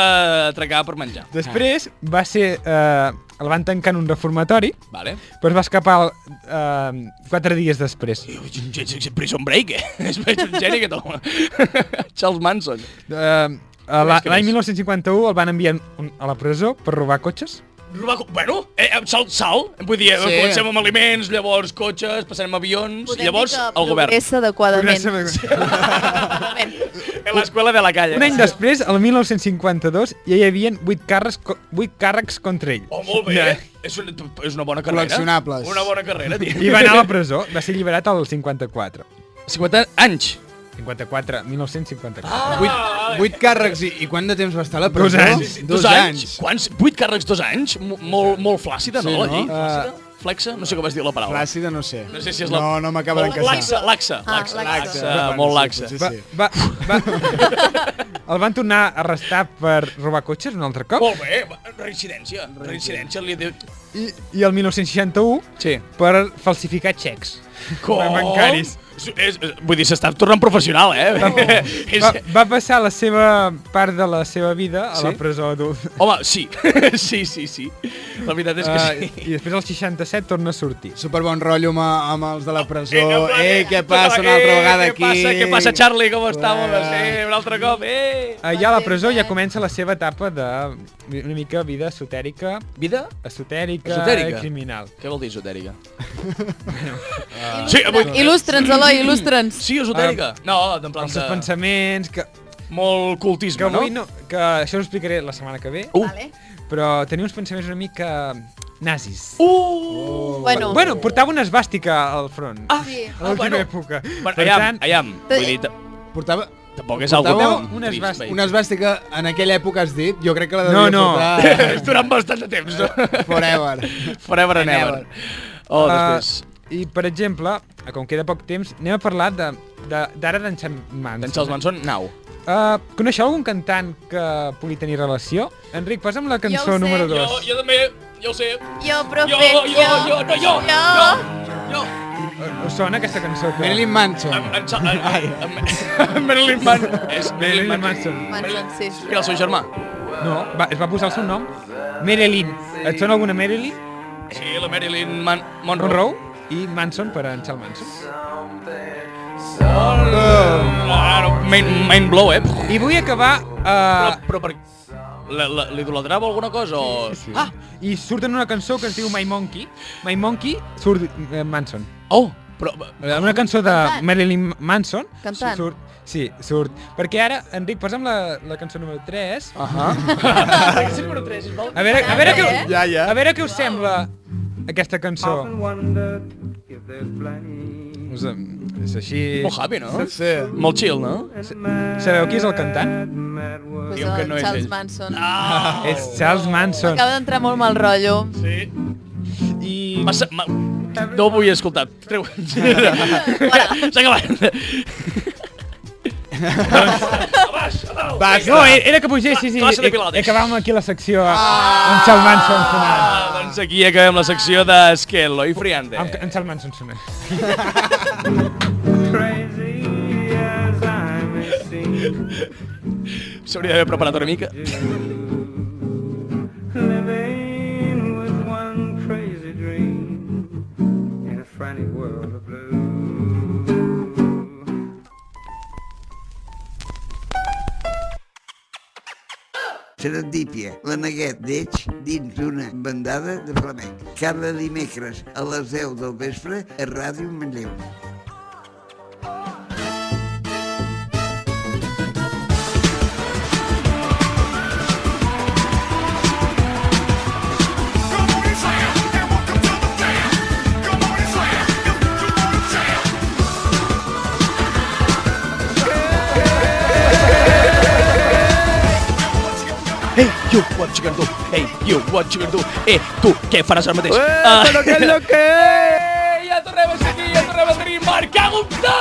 Speaker 1: atracar per menjar.
Speaker 4: Després va ser... Eh, el van tancar en un reformatori,
Speaker 1: Vale.
Speaker 4: però es va escapar eh, 4 dies després.
Speaker 1: Prison Break, eh? És un geni que toma. Charles Manson.
Speaker 4: Eh, a la-
Speaker 1: Més que
Speaker 4: L'any
Speaker 1: més.
Speaker 4: 1951 el van enviar un- a la presó per robar cotxes.
Speaker 1: Robar... co- Bueno, eh, eh, sal, sal. Vull dir, eh,
Speaker 3: Sí.
Speaker 1: comencem amb aliments, llavors cotxes, passarem a avions,
Speaker 5: Podem
Speaker 1: llavors
Speaker 5: dir que
Speaker 1: el govern.
Speaker 5: Progressa adequadament.
Speaker 1: En l'escola de la calle.
Speaker 4: Un any després, el 1952, ja hi havia 8 càrrecs, co- 8 càrrecs contra ell.
Speaker 1: Oh, molt bé.
Speaker 4: Ja.
Speaker 1: És, una, és una bona carrera.
Speaker 3: Col·leccionables.
Speaker 1: Una bona carrera, tio.
Speaker 4: I va anar a la presó, va ser alliberat al 54.
Speaker 1: 50 anys.
Speaker 4: 54, 1954.
Speaker 1: Ah,
Speaker 3: Vuit, vuit càrrecs i, i quant de temps va estar a la
Speaker 4: Dos
Speaker 3: presó?
Speaker 4: anys.
Speaker 3: Dos, anys.
Speaker 1: Quants? Vuit càrrecs, dos anys? Mo- Molt, molt flàcida, no,
Speaker 3: Sí,
Speaker 1: la
Speaker 3: no?
Speaker 1: llei? Flàcida? Flexa? No sé com es diu la paraula.
Speaker 3: Plàcida no sé.
Speaker 1: No sé si és la...
Speaker 3: No, no m'acaba
Speaker 1: Molt
Speaker 3: d'encaixar.
Speaker 1: Laxa, laxa,
Speaker 5: Ah,
Speaker 1: laxa,
Speaker 5: laxa.
Speaker 1: laxa,
Speaker 3: Bueno,
Speaker 1: molt
Speaker 3: sí,
Speaker 1: laxa.
Speaker 3: potser
Speaker 4: Va,
Speaker 3: sí.
Speaker 4: va, va, el van tornar a arrestar per robar cotxes un altre cop
Speaker 1: Molt bé, va, reincidència, reincidència. Li diu...
Speaker 4: i, i el 1961
Speaker 1: Sí.
Speaker 4: per falsificar xecs.
Speaker 1: Com?
Speaker 4: Bancaris.
Speaker 1: És, és, vull dir, s'està tornant professional, eh? és,
Speaker 4: Va, va passar la seva part de la seva vida a la
Speaker 1: Sí?
Speaker 4: presó adult.
Speaker 1: Home, sí. sí, sí, sí. La veritat és que sí.
Speaker 4: Ah, I després al 67 torna a sortir.
Speaker 3: Super bon rotllo amb, amb els de la presó.
Speaker 1: en plan,
Speaker 3: Ei, què
Speaker 1: tota
Speaker 3: passa una altra
Speaker 1: eh,
Speaker 3: vegada aquí?
Speaker 1: Què passa, què passa, Charlie? Com estàvem?
Speaker 3: Uah.
Speaker 1: Eh, un altre cop, eh!
Speaker 4: Allà a la presó ja comença la seva etapa de una mica vida esotèrica,
Speaker 1: Vida?
Speaker 4: esotèrica,
Speaker 1: Esotèrica?
Speaker 4: criminal.
Speaker 1: Què vol dir esotèrica?
Speaker 3: eh,
Speaker 5: Il·lustra'ns, Eloi, il·lustra'ns.
Speaker 1: Sí, esotèrica.
Speaker 3: Ah,
Speaker 1: Uh, no, en plan
Speaker 4: Els
Speaker 1: que...
Speaker 4: seus pensaments, que...
Speaker 1: Molt cultisme,
Speaker 4: que avui
Speaker 1: no?
Speaker 4: no? Que això us explicaré la setmana que ve.
Speaker 1: Uh.
Speaker 5: Vale.
Speaker 4: Però tenia uns pensaments una mica nazis.
Speaker 3: Oh.
Speaker 1: Uh!
Speaker 5: Bueno.
Speaker 4: bueno, portava una esbàstica al front. Ah,
Speaker 5: Sí.
Speaker 4: a l'última
Speaker 1: bueno.
Speaker 4: època.
Speaker 1: Bueno, aviam, aviam.
Speaker 5: Te-
Speaker 1: Vull dir, t-
Speaker 3: Portava...
Speaker 1: tampoc és algo
Speaker 3: Portava
Speaker 1: tan
Speaker 4: una
Speaker 1: trist,
Speaker 4: esbàstica.
Speaker 1: veig.
Speaker 3: Una esbàstica en aquella època has dit, jo crec que la devia
Speaker 4: No, no.
Speaker 3: portar...
Speaker 1: Durant bastant de temps, no?
Speaker 3: Forever.
Speaker 1: Forever and ever.
Speaker 3: Forever.
Speaker 1: Oh,
Speaker 4: Ah,
Speaker 1: després.
Speaker 4: I, per exemple, eh, com queda poc temps, anem a parlar de de- d'ara d'en Charles Manson.
Speaker 1: D'en Charles Manson, nau.
Speaker 4: Uh, coneixeu algun cantant que pugui tenir relació? Enric, posa'm la
Speaker 5: Jo ho
Speaker 4: cançó
Speaker 5: sé.
Speaker 4: número
Speaker 5: Jo-
Speaker 4: 2.
Speaker 1: jo també, jo ho sé.
Speaker 5: Jo, profe,
Speaker 1: Jo, jo, jo, no, jo, jo, jo.
Speaker 4: Us sona aquesta cançó? Que...
Speaker 3: Marilyn Manson.
Speaker 1: En, en, Cha- en, en, en Marilyn Manson. És
Speaker 4: Marilyn
Speaker 1: Marilyn Manson.
Speaker 4: Manson.
Speaker 5: Manson, sí.
Speaker 1: Que era el seu germà.
Speaker 4: No, va, es va posar el seu nom. Marilyn. Et sona alguna Marilyn?
Speaker 1: Sí, la Marilyn Man Monroe.
Speaker 4: Monroe i Manson per en Charles Manson.
Speaker 1: Claro, main, main blow, eh?
Speaker 4: I vull acabar...
Speaker 1: Però,
Speaker 4: Uh,
Speaker 1: però per... la- la- L'idolatrava alguna cosa o...?
Speaker 4: Ah, i surt en una cançó que es diu My Monkey. My Monkey surt eh, Manson.
Speaker 1: Oh, però...
Speaker 4: En Una cançó de
Speaker 5: Cantant.
Speaker 4: Marilyn Manson.
Speaker 5: Cantant.
Speaker 4: Surt, sí, surt. Perquè ara, Enric, posa'm la, la cançó número 3. Ah.
Speaker 1: Aquesta número 3, sisplau.
Speaker 4: A veure, a veure, què,
Speaker 5: Eh?
Speaker 3: Ja, ja.
Speaker 4: a veure què us sembla aquesta cançó. Us, em- és així...
Speaker 1: Molt happy, no?
Speaker 3: Sí.
Speaker 1: Molt chill, no?
Speaker 4: Sabeu qui és el cantant?
Speaker 5: Pues
Speaker 1: Diu que
Speaker 5: el
Speaker 1: no és
Speaker 5: Charles
Speaker 1: ell.
Speaker 5: Manson.
Speaker 1: Ah,
Speaker 4: És Charles Manson.
Speaker 5: Acaba d'entrar molt mal rotllo.
Speaker 1: sí.
Speaker 4: I...
Speaker 1: Massa, ma... No ho vull escoltar. Treu. S'ha acabat.
Speaker 3: Basta.
Speaker 4: No,
Speaker 1: eh,
Speaker 4: era era que pugéssis i,
Speaker 1: Classe de
Speaker 4: i,
Speaker 1: pilates.
Speaker 4: i acabàvem aquí la secció ah. amb Charles Manson sonant.
Speaker 1: Ah, doncs aquí acabem la secció d'Esquello i Friande.
Speaker 4: Amb, amb Charles Manson sonant.
Speaker 1: S'hauria d'haver preparat una mica.
Speaker 2: Serendípia, la neguet d'Eix dins d'una bandada de flamenc. Cada dimecres a les 10 del vespre a Ràdio Manlleu.
Speaker 1: Hey, you, what you gonna do? Hey, you, what you gonna do? Eh, tu, què faràs ara mateix? Eh, però què és lo que... Ja tornem a ser aquí, ja tornem a tenir Marc Agustó!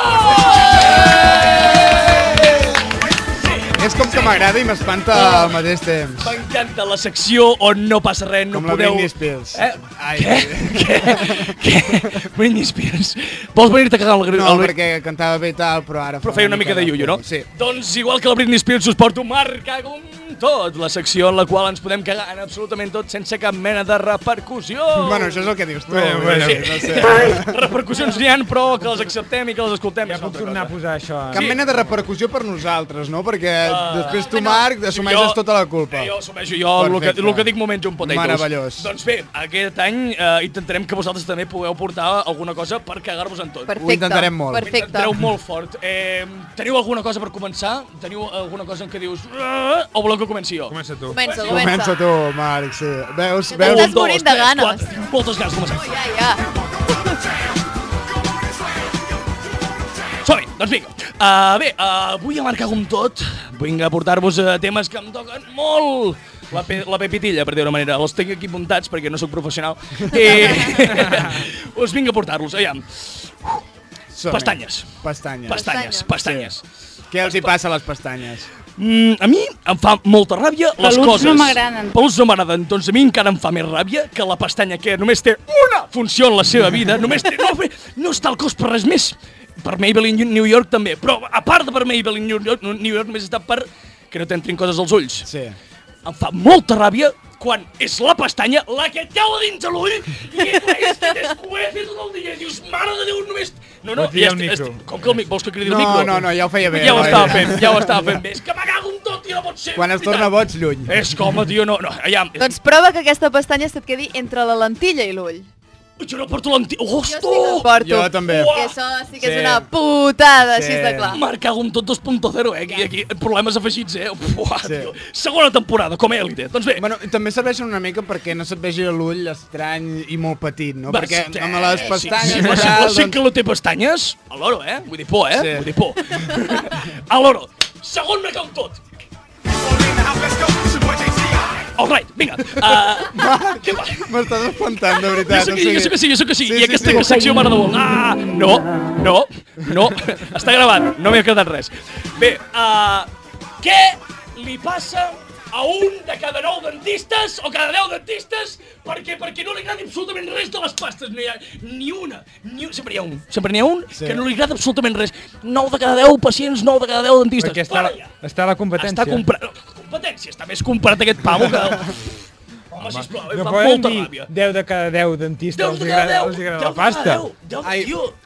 Speaker 3: És com que m'agrada i m'espanta al mateix temps.
Speaker 1: M'encanta la secció on no passa res, no
Speaker 3: Com la
Speaker 1: podeu...
Speaker 3: Britney Spears.
Speaker 1: Eh?
Speaker 3: Ai.
Speaker 1: Què? Què? Què? Britney Spears. Vols venir-te a cagar al...
Speaker 3: No,
Speaker 1: al...
Speaker 3: perquè cantava bé i tal, però ara...
Speaker 1: Però feia una mica de iullo, no?
Speaker 3: Sí.
Speaker 1: Doncs igual que la Britney Spears us porto marca com tot, la secció en la qual ens podem cagar en absolutament tot sense cap mena de repercussió.
Speaker 3: Bueno, això és el que dius tu.
Speaker 4: Bueno,
Speaker 3: vull
Speaker 4: bueno.
Speaker 3: dir, no sé.
Speaker 1: Repercussions n'hi han, però que les acceptem i que les escoltem.
Speaker 4: Ja
Speaker 1: és una
Speaker 4: puc
Speaker 1: altra
Speaker 4: tornar a
Speaker 1: cosa.
Speaker 4: posar això.
Speaker 3: Cap
Speaker 1: Sí.
Speaker 3: mena de repercussió per nosaltres, no? Perquè
Speaker 1: Ah.
Speaker 3: després tu, Marc, assumeixes tota la culpa.
Speaker 1: Eh, Jo assumeixo jo el que,
Speaker 3: Perfecte.
Speaker 1: el que dic moments un potatoes.
Speaker 3: Meravellós.
Speaker 1: Doncs bé, aquest any eh, intentarem que vosaltres també pugueu portar alguna cosa per cagar-vos en tot.
Speaker 5: Perfecte.
Speaker 3: intentarem molt.
Speaker 5: Perfecte.
Speaker 1: Entreu molt fort. Eh, teniu alguna cosa per començar? Teniu alguna cosa en què dius... "Ah", O voleu que comenci jo?
Speaker 4: Comença tu.
Speaker 5: Comença, comença.
Speaker 3: Comença tu, Marc, sí. Veus,
Speaker 5: Que
Speaker 3: veus...
Speaker 5: t'estàs morint de ganes.
Speaker 1: Quatre, moltes ganes, comencem.
Speaker 5: Ja, ja.
Speaker 1: Som-hi, doncs vinga. Uh, bé, uh, avui a marcar com tot, vinc a portar-vos uh, temes que em toquen molt la, pe la pepitilla, per dir-ho d'una manera. Els tinc aquí apuntats perquè no sóc professional. I us vinc a portar-los. Aviam,
Speaker 3: Som-hi.
Speaker 1: pestanyes.
Speaker 3: Pestanyes.
Speaker 1: pestanyes, pestanyes.
Speaker 3: Què els hi passa a les pestanyes?
Speaker 1: Mm, a mi em fa molta ràbia les
Speaker 12: Peluts
Speaker 1: coses.
Speaker 12: no m'agraden.
Speaker 1: Peluts no m'agraden. Doncs a mi encara em fa més ràbia que la pestanya que només té una funció en la seva vida, només té... No, bé, no està al cos per res més. Per Maybelline New York també, però a part de per Maybelline New York, New York només està per que no t'entrin coses als ulls.
Speaker 3: Sí.
Speaker 1: Em fa molta ràbia quan és la pestanya la que et cau a dins de l'ull i és la que es descueces tot el dia. Dius, mare de Déu, només... No, no,
Speaker 4: Pots dir
Speaker 1: ja
Speaker 4: al
Speaker 1: esti-
Speaker 4: micro.
Speaker 1: esti- Com que el micro? Vols que cridi
Speaker 3: No,
Speaker 1: el micro?
Speaker 3: no, no, ja ho feia bé,
Speaker 1: Ja ho
Speaker 3: Eloi.
Speaker 1: estava fent, ja ho estava fent bé. És que me cago en tot i no pot ser.
Speaker 3: Quan es torna boig, lluny.
Speaker 1: eh, És com, tio, no, no, ja...
Speaker 5: Doncs prova que aquesta pestanya se't quedi entre la lentilla i l'ull.
Speaker 1: Jo no porto l'antic... Hosto! Jo
Speaker 5: sí que el porto.
Speaker 3: Jo també.
Speaker 5: I això sí que és una putada, així de clar.
Speaker 1: Me'n cago en tot 2.0, eh? Aquí, aquí, problemes afegits, eh? Uah, tio. Segona temporada, com a élite. Doncs bé.
Speaker 3: Bueno, també serveixen una mica perquè no se't vegi l'ull estrany i molt petit, no?
Speaker 1: Va,
Speaker 3: perquè
Speaker 1: sí,
Speaker 3: amb
Speaker 1: Eh,
Speaker 3: les
Speaker 1: sí,
Speaker 3: pestanyes
Speaker 1: sí, sí,
Speaker 3: i tal, doncs,
Speaker 1: la gent que no té pestanyes, a l'oro, eh? Vull dir por, eh?
Speaker 3: Sí.
Speaker 1: Vull dir por. a l'oro. Segon me cau tot. All right, vinga. Uh, què va?
Speaker 3: M'estàs espantant, de
Speaker 1: Jo
Speaker 3: veritat.
Speaker 1: sóc, jo sóc que sí, jo sóc que sí.
Speaker 3: Sí,
Speaker 1: I
Speaker 3: sí,
Speaker 1: aquesta
Speaker 3: sí.
Speaker 1: secció m'agrada molt. Ah, no, no, no. Està gravant, no m'hi ha quedat res. Bé, uh, què li passa a un de cada nou dentistes o cada deu dentistes perquè perquè no li agrada absolutament res de les pastes. No hi ha ni una. Ni, un- sempre hi ha un. Sempre n'hi ha un sí. que no li agrada absolutament res. 9 de cada 10 pacients, 9 de cada 10 dentistes.
Speaker 4: Perquè està,
Speaker 1: Para
Speaker 4: la, està a la competència.
Speaker 1: Està comprat... Competència, està més comprat aquest pavo que... Home, sisplau, em
Speaker 4: No
Speaker 1: fa
Speaker 4: poden
Speaker 1: molta
Speaker 4: dir
Speaker 1: ràbia.
Speaker 4: 10 de cada 10 dentistes els agrada, els agrada la pasta.
Speaker 3: Ai,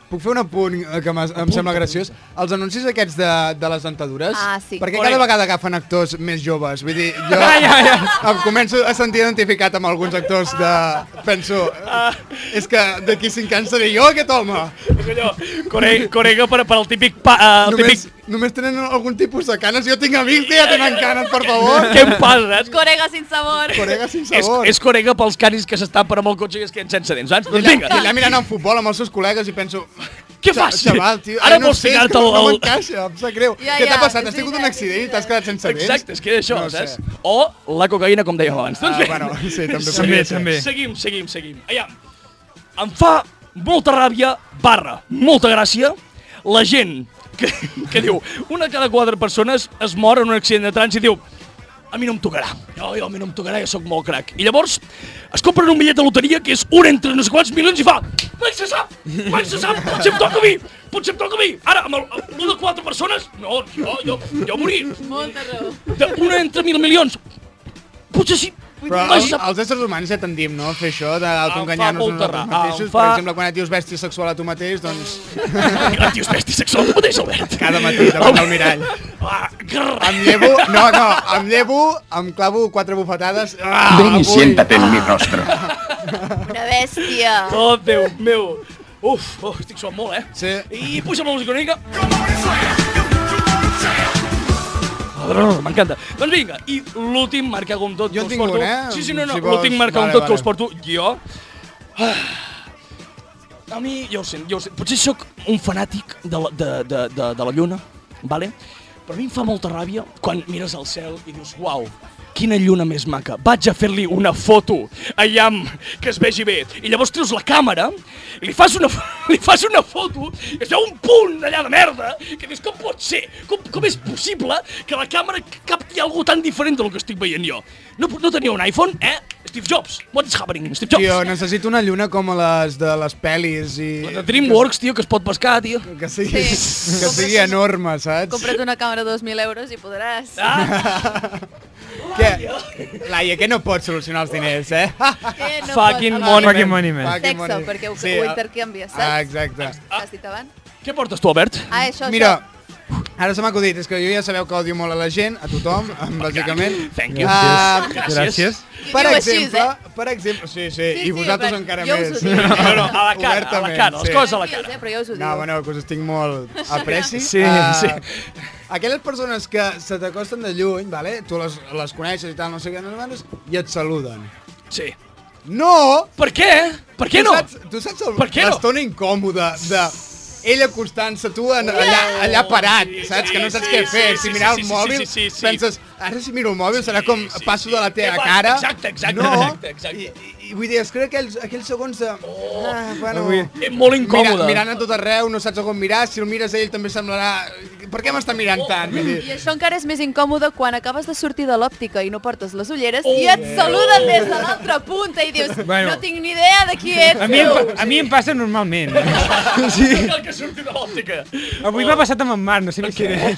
Speaker 3: puc fer un apunt eh, que m'ha- em sembla graciós? Els anuncis aquests de, de les dentadures,
Speaker 5: Ah, sí.
Speaker 3: perquè
Speaker 5: Correcte.
Speaker 3: cada vegada agafen actors més joves. Vull dir, jo
Speaker 5: Ai, ai, ai.
Speaker 3: em començo a sentir identificat amb alguns actors de... Penso,
Speaker 1: Ah.
Speaker 3: és que d'aquí 5 anys seré jo aquest home.
Speaker 1: És allò, Corega, corega per, per al típic... Pa, eh, el
Speaker 3: només,
Speaker 1: típic...
Speaker 3: només tenen algun tipus de canes. Jo tinc amics que ja tenen canes, per favor.
Speaker 1: Què em passa? saps?
Speaker 5: Corega sin sabor.
Speaker 3: Corega sin
Speaker 1: És, és corega pels canis que s'estan per amb el cotxe i es queden sense dents, saps?
Speaker 3: I
Speaker 1: Doncs
Speaker 3: allà,
Speaker 1: vinga.
Speaker 3: i allà mirant en futbol amb els seus col·legues i penso...
Speaker 1: Què
Speaker 3: "Xa-
Speaker 1: fas?
Speaker 3: Xaval, tio,
Speaker 1: Ah, Ara
Speaker 3: ai, no
Speaker 1: vols
Speaker 3: sé, és
Speaker 1: ficar-te
Speaker 3: que no,
Speaker 1: al-
Speaker 3: no m'encaixa, em sap greu.
Speaker 1: Ja,
Speaker 3: Què
Speaker 1: ja,
Speaker 3: t'ha passat?
Speaker 1: és
Speaker 3: Has tingut un accident i t'has quedat sense dents?
Speaker 1: Exacte, és que era això,
Speaker 3: No
Speaker 1: no
Speaker 3: ho
Speaker 1: saps?
Speaker 3: sé.
Speaker 1: O la cocaïna, com dèiem abans. Doncs
Speaker 3: Ah,
Speaker 1: bé.
Speaker 3: bueno, sí, també podria
Speaker 1: Seguim,
Speaker 3: ser. També.
Speaker 1: Seguim, seguim, seguim. Allà, em fa molta ràbia, barra, molta gràcia, la gent que, que diu una de cada quatre persones es mor en un accident de trànsit i diu a mi no em tocarà, no, jo, a mi no em tocarà, jo sóc molt crac. I llavors es compren un bitllet de loteria que és un entre no sé quants milions i fa mai se sap, mai se sap, potser em toca a mi, potser em toca a mi. Ara, amb el- amb l'un de quatre persones, no, jo, jo, jo morir.
Speaker 5: Molta raó.
Speaker 1: De una entre mil milions. Potser sí.
Speaker 3: Però
Speaker 1: mai
Speaker 3: els,
Speaker 1: se sap.
Speaker 3: els éssers humans ja tendim, no?, a fer això
Speaker 1: Em fa
Speaker 3: d'autoenganyar-nos
Speaker 1: molta
Speaker 3: nosaltres
Speaker 1: ra-
Speaker 3: mateixos.
Speaker 1: em
Speaker 3: Per
Speaker 1: fa-
Speaker 3: exemple, quan et dius bèstia sexual a tu mateix, doncs...
Speaker 1: Et dius bèstia sexual a tu mateix, Albert? Ah,
Speaker 3: Cada matí, davant del mirall. Em llevo... No, no, em llevo, em clavo quatre bufetades... Ah, avui-
Speaker 12: en mi rostro.
Speaker 5: Una bèstia.
Speaker 1: Oh, Déu meu. Uf, oh, estic suant molt, eh? Sí. I puja la música una mica. Oh, M'encanta. Doncs vinga, i l'últim marca com tot jo que us
Speaker 3: tinc
Speaker 1: porto.
Speaker 3: un, eh?
Speaker 1: Sí, sí, no, no,
Speaker 3: Si vols.
Speaker 1: l'últim marca com
Speaker 3: Vale,
Speaker 1: tot que
Speaker 3: vale.
Speaker 1: us porto jo. Ah. A mi, jo ho sent, jo ho sent. Potser sóc un fanàtic de la, de, de, de, de la lluna, vale? però a mi em fa molta ràbia quan mires al cel i dius, uau, quina lluna més maca, vaig a fer-li una foto, allam, que es vegi bé. I llavors treus la càmera, i li fas una, fo- li fas una foto, i es veu un punt allà de merda, que dius, com pot ser? Com, com és possible que la càmera capti algo tan diferent del que estic veient jo? No, no tenia un iPhone, eh? Steve Jobs, what's happening, Steve Jobs?
Speaker 3: Tio, necessito una lluna com a les de les pel·lis i...
Speaker 1: La de DreamWorks, tio, que es pot pescar, tio.
Speaker 3: Que sigui,
Speaker 5: Sí.
Speaker 3: que sigui enorme, saps?
Speaker 5: Compra't una càmera de 2.000 euros i podràs.
Speaker 1: Ah,
Speaker 3: Laia, que no pots solucionar els diners, eh?
Speaker 5: Eh, no
Speaker 1: Fucking
Speaker 5: pot,
Speaker 1: money man. Fucking
Speaker 5: Fucking
Speaker 1: money man.
Speaker 5: Sexe,
Speaker 1: Fucking money.
Speaker 5: perquè ho,
Speaker 1: Sí,
Speaker 5: ho
Speaker 1: ah,
Speaker 5: intercanvies, saps?
Speaker 3: Ah, exacte.
Speaker 5: Que has dit abans?
Speaker 1: Què portes tu, Albert?
Speaker 5: Ah, això,
Speaker 3: Mira,
Speaker 5: això.
Speaker 3: ara se m'ha acudit, és que jo ja sabeu que odio molt a la gent, a tothom, bàsicament.
Speaker 1: Thank you.
Speaker 3: Ah,
Speaker 1: Gràcies. Gràcies.
Speaker 3: Per
Speaker 1: Diu
Speaker 5: eh?
Speaker 1: així,
Speaker 3: exemple, per exemple, sí, sí, i vosaltres encara
Speaker 5: jo us ho
Speaker 3: més.
Speaker 5: dic.
Speaker 1: No, no, a la cara, a la cara, les coses a la cara.
Speaker 5: Eh, però jo us ho dic.
Speaker 3: No, bueno, que us estic molt apreci.
Speaker 1: Sí,
Speaker 3: Ah,
Speaker 1: sí.
Speaker 3: Aquelles persones que se t'acosten de lluny, vale? tu les, les coneixes i tal, no sé què, no sé quantos, i et saluden.
Speaker 1: Sí.
Speaker 3: No!
Speaker 1: Per què? Per què
Speaker 3: tu
Speaker 1: no?
Speaker 3: Saps, tu saps el-
Speaker 1: Per què no?
Speaker 3: l'estona incòmoda de ella acostant-se a tu en, allà, allà parat, saps? que no saps
Speaker 1: sí,
Speaker 3: què
Speaker 1: sí,
Speaker 3: fer.
Speaker 1: sí,
Speaker 3: si
Speaker 1: sí,
Speaker 3: mirar
Speaker 1: sí,
Speaker 3: el
Speaker 1: sí,
Speaker 3: mòbil,
Speaker 1: sí, sí, sí.
Speaker 3: penses, ara si miro el mòbil serà com passo de la
Speaker 1: Què
Speaker 3: teva
Speaker 1: passa?
Speaker 3: cara.
Speaker 1: Exacte, exacte,
Speaker 3: no,
Speaker 1: exacte, exacte.
Speaker 3: I, i, vull dir, es crec aquells, aquells segons de... Oh, ah, bueno,
Speaker 1: avui- Eh, molt incòmode.
Speaker 3: Mira, mirant a tot arreu, no saps a on mirar, si el mires a ell també semblarà... Per què m'està
Speaker 1: Oh,
Speaker 3: mirant tant? Vull
Speaker 1: mm.
Speaker 3: dir,
Speaker 5: I això encara és més incòmode quan acabes de sortir de l'òptica i no portes les ulleres i
Speaker 1: Oh,
Speaker 5: et saluden des de l'altra punta i dius,
Speaker 4: Bueno.
Speaker 5: no tinc ni idea de qui ets.
Speaker 4: A mi, em,
Speaker 5: tu."
Speaker 4: pa- a mi em passa normalment.
Speaker 1: Sí. No cal que surti de l'òptica.
Speaker 4: Avui m'ha passat amb en Marc, no sé ni si era ell,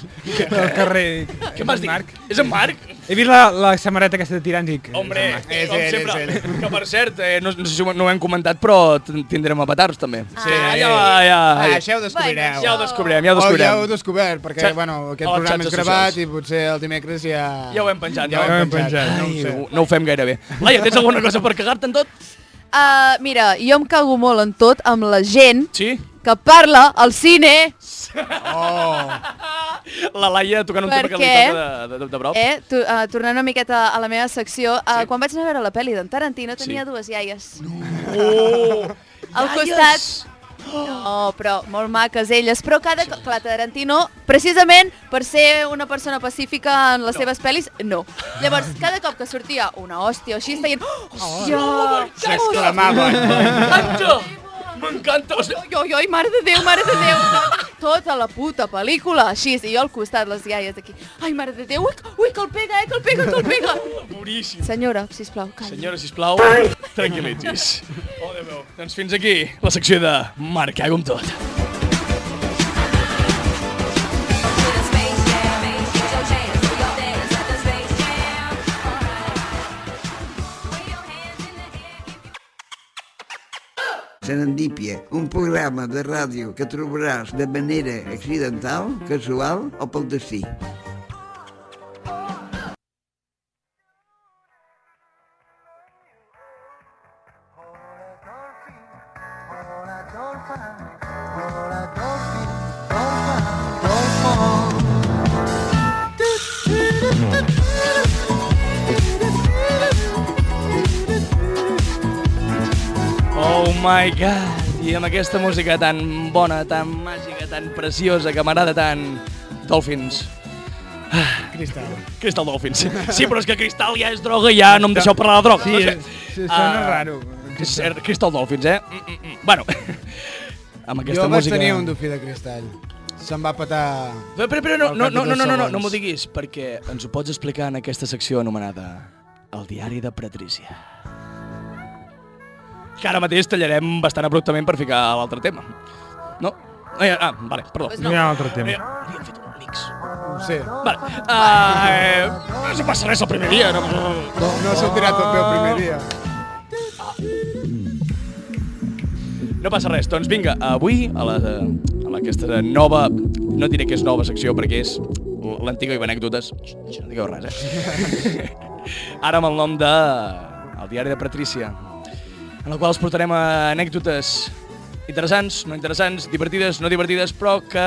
Speaker 4: al carrer.
Speaker 1: Què m'has dit? És en Marc?
Speaker 4: He vist la, la samarreta aquesta de tirants i... dic,
Speaker 1: Hombre, eh,
Speaker 4: És
Speaker 1: com
Speaker 4: ell, és
Speaker 1: sempre.
Speaker 4: ell.
Speaker 1: Que per cert, eh, no, no sé si ho- no ho hem comentat, però t- tindrem avatars també.
Speaker 3: Sí,
Speaker 1: Ah, ja, va, ja,
Speaker 3: Ah,
Speaker 1: ja.
Speaker 3: això ho descobrireu.
Speaker 1: Ja ho descobrirem, ja ho
Speaker 3: O ja heu
Speaker 1: descobrirem. Oh,
Speaker 3: descobert, perquè,
Speaker 1: Sí.
Speaker 3: bueno, aquest
Speaker 1: A les
Speaker 3: programa és
Speaker 1: xarxes
Speaker 3: gravat
Speaker 1: socials.
Speaker 3: i potser el dimecres ja...
Speaker 1: Ja ho hem penjat.
Speaker 3: Ja ho hem penjat.
Speaker 1: Ai,
Speaker 3: No ho sé.
Speaker 1: no ho fem gaire bé. Laia, tens alguna cosa per cagar-te en tot?
Speaker 5: Uh, mira, jo em cago molt en tot amb la gent
Speaker 1: sí?
Speaker 5: que parla al cine.
Speaker 1: La Laia tocant un tema que li
Speaker 5: Perquè,
Speaker 1: toca de, de, de prop.
Speaker 5: Eh, tu, uh, tornant una miqueta a la meva secció, uh, sí. quan vaig anar a veure la pel·li d'en Tarantino
Speaker 1: Sí.
Speaker 5: tenia dues iaies.
Speaker 1: Oh.
Speaker 5: Al costat... No, però molt maques elles, però cada... Sí. Clar, Tarantino, precisament per ser una persona pacífica en les no. seves pel·lis, no. Llavors, cada cop que sortia una hòstia o així, es deien... "Oh, Hòstia! oh,
Speaker 1: M'encanta! M'encanta!
Speaker 5: Jo, jo, mare de Déu, mare de Déu! Tota la puta pel·lícula, així, i jo al costat, les iaies d'aquí. Ai, mare de Déu, ui, que- ui, que el pega, eh, que el pega, que el pega!
Speaker 1: Boníssim.
Speaker 5: Senyora, sisplau, calla.
Speaker 1: Senyora, sisplau, tranquil·litis. Oh, Déu meu. Doncs fins aquí la secció de Marcar amb tot.
Speaker 2: Serendípia, un programa de ràdio que trobaràs de manera accidental, casual o pel destí.
Speaker 1: Oh my god, i amb aquesta música tan bona, tan màgica, tan preciosa, que m'agrada tant, Dolphins.
Speaker 3: Cristal.
Speaker 1: Crystal Dolphins. Sí, però és que Crystal ja és droga i ja no em deixeu parlar de droga.
Speaker 3: Sí,
Speaker 1: no sé.
Speaker 3: sí, sona
Speaker 1: Ah,
Speaker 3: raro.
Speaker 1: És cert, Crystal Dolphins, eh? Mm, mm, mm. Bueno, amb aquesta
Speaker 3: jo vaig
Speaker 1: música...
Speaker 3: tenir un dofí de cristall. Se'm va petar...
Speaker 1: Però, però, però no,
Speaker 3: al
Speaker 1: no,
Speaker 3: cap
Speaker 1: no, no,
Speaker 3: de dos
Speaker 1: no, no, no, no
Speaker 3: segons.
Speaker 1: m'ho diguis, perquè ens ho pots explicar en aquesta secció anomenada El diari de Patrícia. Que ara mateix tallarem bastant abruptament per ficar l'altre tema. No? Ah, ja- ah, vale, perdó.
Speaker 4: Pues no. No hi ha altre tema.
Speaker 1: Eh, li han fet un mix.
Speaker 3: No ho sé.
Speaker 1: Vale. Uh, no se passa res el primer dia. No,
Speaker 3: no, no sortirà tot bé el primer dia.
Speaker 1: No passa res. Doncs vinga, avui a, la, a la, aquesta nova... No diré que és nova secció perquè és l'antiga i anècdotes. Xxt, No digueu res, eh? Ara amb el nom de... El diari de Patrícia, en la qual us portarem eh, anècdotes interessants, no interessants, divertides, no divertides, però que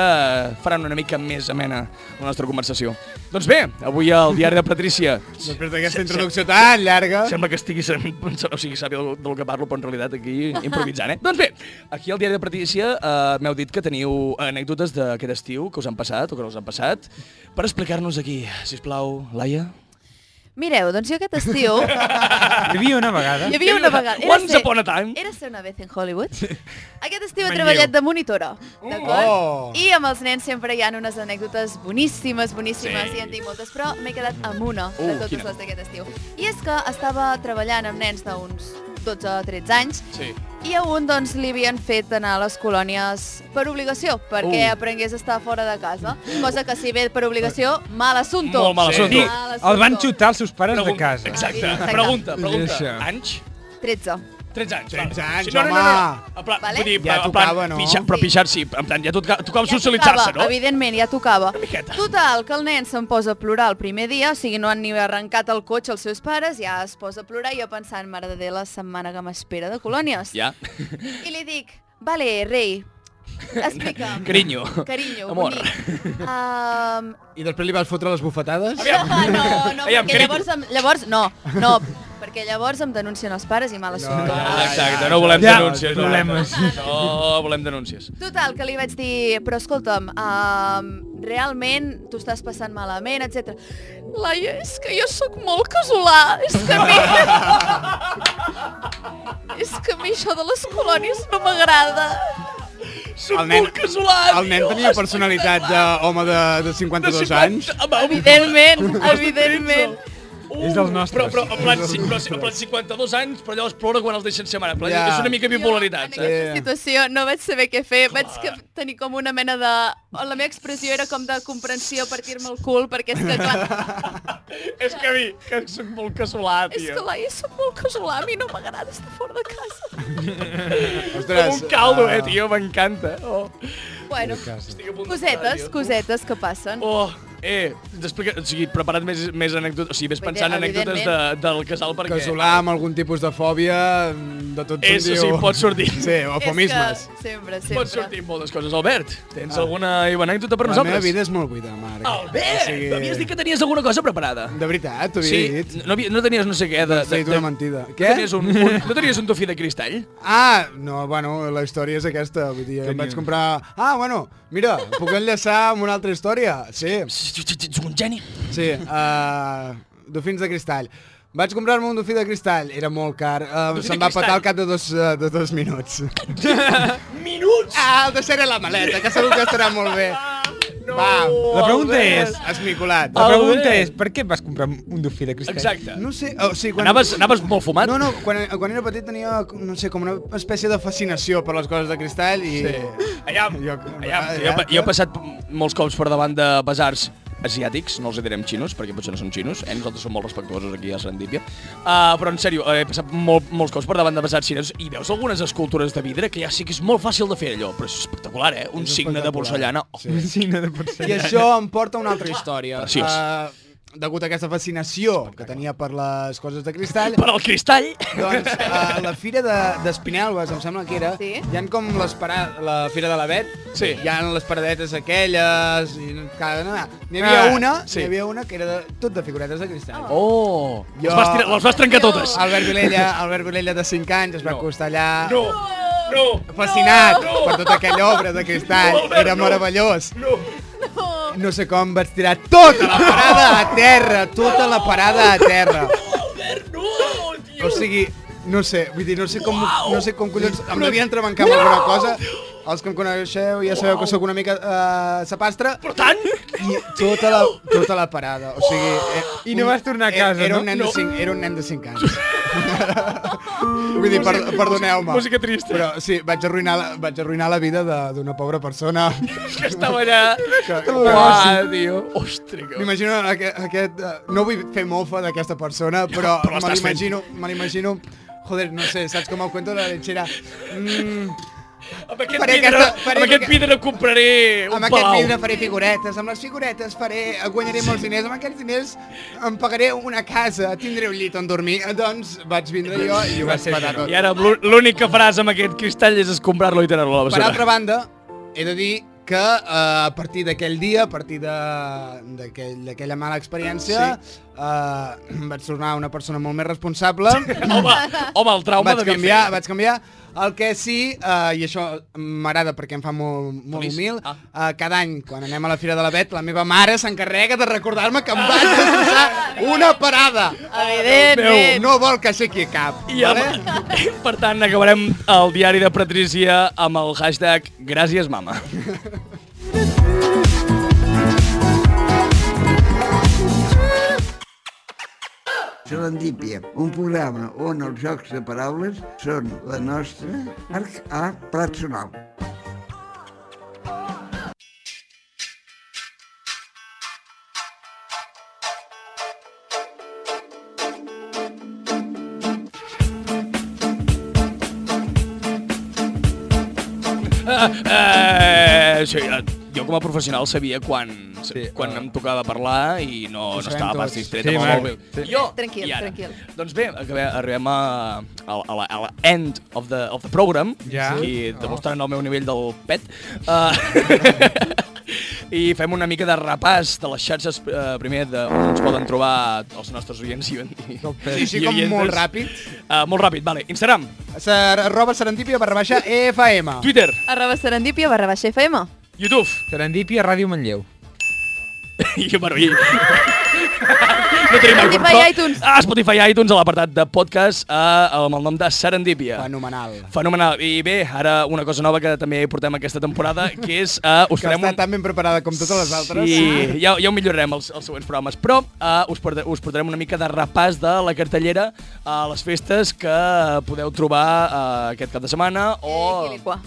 Speaker 1: faran una mica més amena la nostra conversació. Doncs bé, avui al diari de Patrícia...
Speaker 3: Després d'aquesta introducció tan llarga...
Speaker 1: Sembla que estigui sent, o sigui, sàpiga del, del que parlo, però en realitat aquí improvisant, eh? doncs bé, aquí al Diari de Patricia eh, m'heu dit que teniu anècdotes d'aquest estiu que us han passat o que no us han passat per explicar-nos aquí. Si plau, Laia.
Speaker 5: Mireu, doncs jo aquest estiu...
Speaker 4: Hi havia una vegada.
Speaker 5: Hi havia una vegada. Era
Speaker 1: Once
Speaker 5: ser-
Speaker 1: upon a time.
Speaker 5: Era ser una vez en Hollywood. Aquest estiu he
Speaker 1: Manlleu.
Speaker 5: treballat de monitora, d'acord?
Speaker 1: Oh.
Speaker 5: I amb els nens sempre hi ha unes anècdotes boníssimes, boníssimes,
Speaker 1: Sí.
Speaker 5: i en tinc moltes, però m'he quedat amb una
Speaker 1: Uh,
Speaker 5: de totes
Speaker 1: quina?
Speaker 5: les d'aquest estiu. I és que estava treballant amb nens d'uns 12 o 13 anys,
Speaker 1: Sí.
Speaker 5: i a un doncs, li havien fet anar a les colònies per obligació, perquè
Speaker 1: Uh.
Speaker 5: aprengués a estar fora de casa, cosa que si ve per obligació, mal assumpto.
Speaker 1: Molt mal assumpto.
Speaker 5: Mal
Speaker 4: El van xutar els seus pares de casa.
Speaker 1: Exacte.
Speaker 5: Exacte.
Speaker 1: Pregunta, pregunta.
Speaker 4: Això.
Speaker 1: Anys?
Speaker 5: 13.
Speaker 1: 13 anys. 13
Speaker 3: anys,
Speaker 1: no, no, no,
Speaker 3: home.
Speaker 1: no. En plan,
Speaker 5: Vale.
Speaker 1: vull dir,
Speaker 3: Ja
Speaker 1: en plan,
Speaker 3: tocava, no?
Speaker 1: Pixar, però pixar sí, en plan, ja toca- tocava
Speaker 5: Ja
Speaker 1: socialitzar-se,
Speaker 5: tocava,
Speaker 1: no?
Speaker 5: Evidentment, ja tocava. Total, que el nen se'n posa a plorar el primer dia, o sigui, no han ni arrencat el cotxe els seus pares, ja es posa a plorar i jo pensant, mare de Déu, la setmana que m'espera de colònies.
Speaker 1: Ja.
Speaker 5: I li dic, vale, rei, explica'm.
Speaker 1: Carinyo.
Speaker 5: Carinyo,
Speaker 1: Amor.
Speaker 5: bonic. Um,
Speaker 3: I després li vas fotre les bufetades?
Speaker 5: no, no,
Speaker 1: Aviam,
Speaker 5: perquè
Speaker 1: carinyo.
Speaker 5: llavors, em, llavors, no, no, perquè llavors em denuncien els pares i mal assumpto.
Speaker 1: Exacte, no volem
Speaker 4: Ja,
Speaker 1: denúncies. no volem-
Speaker 4: problemes.
Speaker 1: No volem denúncies.
Speaker 5: Total, que li vaig dir, però escolta'm, um, realment t'ho estàs passant malament, etc. Laia, és que jo sóc molt casolà, és que a mi... és que a mi això de les colònies no m'agrada.
Speaker 1: Soc
Speaker 3: El nen-
Speaker 1: molt casolà,
Speaker 3: El nen tenia personalitat d'home de, de 52 anys.
Speaker 5: Evidentment, evidentment.
Speaker 4: És dels nostres.
Speaker 1: Però, però, en plan, sí, però, en plan 52 anys, però llavors plora quan els deixen ser mare. En plan,
Speaker 3: Ja.
Speaker 1: És una mica bipolaritat, saps?
Speaker 5: aquesta situació no vaig saber què fer, vaig que tenir com una mena de... o La meva expressió era com de comprensió, partir-me el cul, perquè és que, clar,
Speaker 1: És que a mi, que soc molt casolà,
Speaker 5: és que,
Speaker 1: tio.
Speaker 5: Laia, soc molt casolà, a mi no m'agrada estar fora de casa.
Speaker 1: Com un caldo, eh,
Speaker 3: ah.
Speaker 1: tio, m'encanta. Oh.
Speaker 5: Bueno,
Speaker 1: Estic a punt de
Speaker 5: Cosetes,
Speaker 1: plorar, tio.
Speaker 5: cosetes que passen.
Speaker 1: Oh, Eh, t'explica... O sigui, prepara't més, més anècdotes... O sigui, ves pensant en anècdotes de,
Speaker 3: evidentment.
Speaker 1: del casal perquè...
Speaker 3: Casolà amb algun tipus de fòbia, de tot
Speaker 1: És,
Speaker 3: sortiu.
Speaker 1: sí, pot sortir.
Speaker 3: Sí, eufemismes.
Speaker 5: És que sempre, sempre.
Speaker 1: Pot sortir moltes coses. Albert, tens
Speaker 3: Ah.
Speaker 1: alguna anècdota per
Speaker 3: La
Speaker 1: nosaltres?
Speaker 3: meva vida és molt buida, Marc.
Speaker 1: Albert,
Speaker 3: O sigui-
Speaker 1: havies dit que tenies alguna cosa preparada.
Speaker 3: De veritat, t'ho havia
Speaker 1: sí,
Speaker 3: dit.
Speaker 1: No, havi- no tenies no sé què. De,
Speaker 3: Has dit una mentida.
Speaker 1: No
Speaker 3: Què?
Speaker 1: tenies un, un, no tenies un tofí de cristall?
Speaker 3: Ah, no, bueno, la història és aquesta. Vull dir, em vaig comprar... Ah, bueno, mira, puc enllaçar amb una altra història. Sí.
Speaker 1: Ets un geni.
Speaker 3: Sí, uh, dofins de cristall. Vaig comprar-me un dofí de cristall, era molt car. Uh,
Speaker 12: Dofí de
Speaker 3: se'm va
Speaker 12: cristall.
Speaker 3: petar al cap de dos, uh, de dos minuts.
Speaker 1: Minuts!
Speaker 3: Ah, el deixaré a la maleta, que segur que estarà molt bé. No, va,
Speaker 4: La pregunta és...
Speaker 3: Esmicolat.
Speaker 4: La pregunta és, per què et vas comprar un dofí de cristall?
Speaker 3: No sé, o sigui, quan...
Speaker 4: Anaves- anaves
Speaker 1: molt fumat?
Speaker 3: No, no, quan, quan era petit tenia, no sé, com una espècie de fascinació per les coses de cristall i... Sí.
Speaker 1: Allà,
Speaker 3: jo,
Speaker 1: Ja, jo, he pa- jo he passat molts cops per davant de basars asiàtics, no els hi direm xinos, perquè potser no són xinos, eh? nosaltres som molt respectuosos aquí a Serendípia, uh, però en sèrio, he passat molt, molts cops per davant de basars xinos i veus algunes escultures de vidre que ja sí que és molt fàcil de fer allò, però és espectacular, eh? Un signe de porcellana. Oh.
Speaker 4: Un signe de porcellana.
Speaker 3: I això em porta a una altra història.
Speaker 1: Preciós.
Speaker 3: Uh, degut a aquesta fascinació que tenia per les coses de cristall...
Speaker 1: Per al cristall?
Speaker 3: Doncs a la fira de- d'Espinelves, em sembla que era, sí? hi han com les para... la fira de l'Avet, sí. hi han les paradetes aquelles... I... cada- N'hi havia
Speaker 1: Ah,
Speaker 3: una,
Speaker 1: sí.
Speaker 3: sí. n'hi havia una que era de, tot de figuretes de cristall.
Speaker 1: Oh! Jo... Les, vas tirar, les vas trencar totes.
Speaker 3: Albert Vilella, Albert Vilella de 5 anys es va acostar allà.
Speaker 1: No, no.
Speaker 3: Fascinat
Speaker 1: no.
Speaker 3: per tota aquella obra de cristall.
Speaker 1: No, Albert,
Speaker 3: Era
Speaker 1: no.
Speaker 3: meravellós.
Speaker 1: No.
Speaker 3: No sé com vaig tirar tota la parada a terra, tota la parada a terra. O sigui, no sé, vull dir, no sé com, no sé com collons, em devia entrebancar amb alguna cosa. Els que em coneixeu ja sabeu que sóc una mica eh, sapastre. Per
Speaker 1: tant?
Speaker 3: I tota la, tota la parada, o sigui... Eh,
Speaker 4: I no
Speaker 3: un-
Speaker 4: vas tornar a
Speaker 3: eh,
Speaker 4: casa,
Speaker 3: era
Speaker 4: no?
Speaker 3: un nen
Speaker 4: No.
Speaker 3: De cinc, era un nen de 5 anys. vull dir, per,
Speaker 1: Música-
Speaker 3: perdoneu-me.
Speaker 1: música trista.
Speaker 3: Però sí, vaig arruinar la, vaig arruinar la vida de- d'una pobra persona.
Speaker 1: Que estava allà...
Speaker 3: Ah,
Speaker 1: Uah, tio. Ostres, que...
Speaker 3: M'imagino aquest, aquest... eh, No vull fer mofa d'aquesta persona,
Speaker 1: Però
Speaker 3: però, però me
Speaker 1: l'estàs fent.
Speaker 3: l'imagino... Me l'imagino... Joder, no sé, saps com el cuento de la lechera? Mm,
Speaker 1: Amb aquest,
Speaker 3: Faré
Speaker 1: vidre,
Speaker 3: aquesta- faré
Speaker 1: amb aquest
Speaker 3: que-
Speaker 1: vidre compraré un
Speaker 3: amb aquest
Speaker 1: palau.
Speaker 3: vidre faré figuretes, amb les figuretes faré, guanyaré molts diners, amb aquests diners em pagaré una casa, tindré un llit on dormir. Eh, Doncs vaig vindre jo i ho vaig patar tot.
Speaker 1: I ara l'ú- l'única frase amb aquest cristall és escombrar-lo i tirar-lo a la
Speaker 3: Per
Speaker 1: basura.
Speaker 3: altra banda, he de dir que eh, a partir d'aquell dia, a partir de- d'aquell- d'aquella aquell, mala experiència, sí. eh, em vaig tornar una persona molt més responsable.
Speaker 1: home, home, el trauma
Speaker 3: vaig
Speaker 1: devia
Speaker 3: canviar,
Speaker 1: fer.
Speaker 3: Vaig canviar. El que sí, eh, i això m'agrada perquè em fa molt, molt
Speaker 1: Feliç.
Speaker 3: humil,
Speaker 4: Ah.
Speaker 3: eh, cada any, quan anem a la Fira de la Bet, la meva mare s'encarrega de recordar-me que em vaig desplaçar una parada.
Speaker 5: Evidentment.
Speaker 3: No vol que aixequi cap.
Speaker 1: I amb, per tant, acabarem el diari de Patrícia amb el hashtag Gràcies, mama.
Speaker 2: Serendípia, un programa on els jocs de paraules són la nostra arc a plat sonor.
Speaker 1: Eh, sí, eh, jo com a professional sabia quan, sí, quan em tocava parlar i no,
Speaker 10: Ho
Speaker 1: no
Speaker 10: sabem
Speaker 1: estava pas
Speaker 10: tots.
Speaker 1: distreta.
Speaker 10: Sí,
Speaker 1: Sí,
Speaker 10: Marc,
Speaker 1: molt bé. Sí. Jo,
Speaker 5: Tranquil,
Speaker 1: i ara?
Speaker 5: tranquil.
Speaker 1: Doncs bé, acabem, arribem a, a, a, la, a la end of the, of the program,
Speaker 4: Ja.
Speaker 1: i
Speaker 4: Oh.
Speaker 1: demostrant el meu nivell del pet. Uh, I fem una mica de repàs de les xarxes, eh, primer, de on ens poden trobar els nostres oients i, i,
Speaker 3: Sí, sí, com molt ràpid.
Speaker 1: Uh, molt ràpid, vale. Instagram,
Speaker 3: Ser, arroba serendipia barra baixa E EFM.
Speaker 1: Twitter.
Speaker 5: Arroba serendipia barra baixa FM.
Speaker 1: YouTube.
Speaker 4: Serendipia Ràdio Manlleu.
Speaker 1: I, bueno, i... No tenim
Speaker 5: Spotify
Speaker 1: iPhone, però-
Speaker 5: i iTunes.
Speaker 1: Ah, Spotify i iTunes a l'apartat de podcast eh, amb el nom de Serendípia.
Speaker 3: Fenomenal.
Speaker 1: Fenomenal. I bé, ara una cosa nova que també portem aquesta temporada, que és... Uh, us
Speaker 3: Que
Speaker 1: farem
Speaker 3: està
Speaker 1: un...
Speaker 3: tan ben preparada com totes les altres.
Speaker 1: Sí, ja, ja ho millorarem els, els següents programes, però uh, us, porta, us portarem una mica de repàs de la cartellera eh,
Speaker 5: Eh,
Speaker 1: a les festes que podeu trobar uh, aquest cap de setmana o...
Speaker 5: Quiliqua.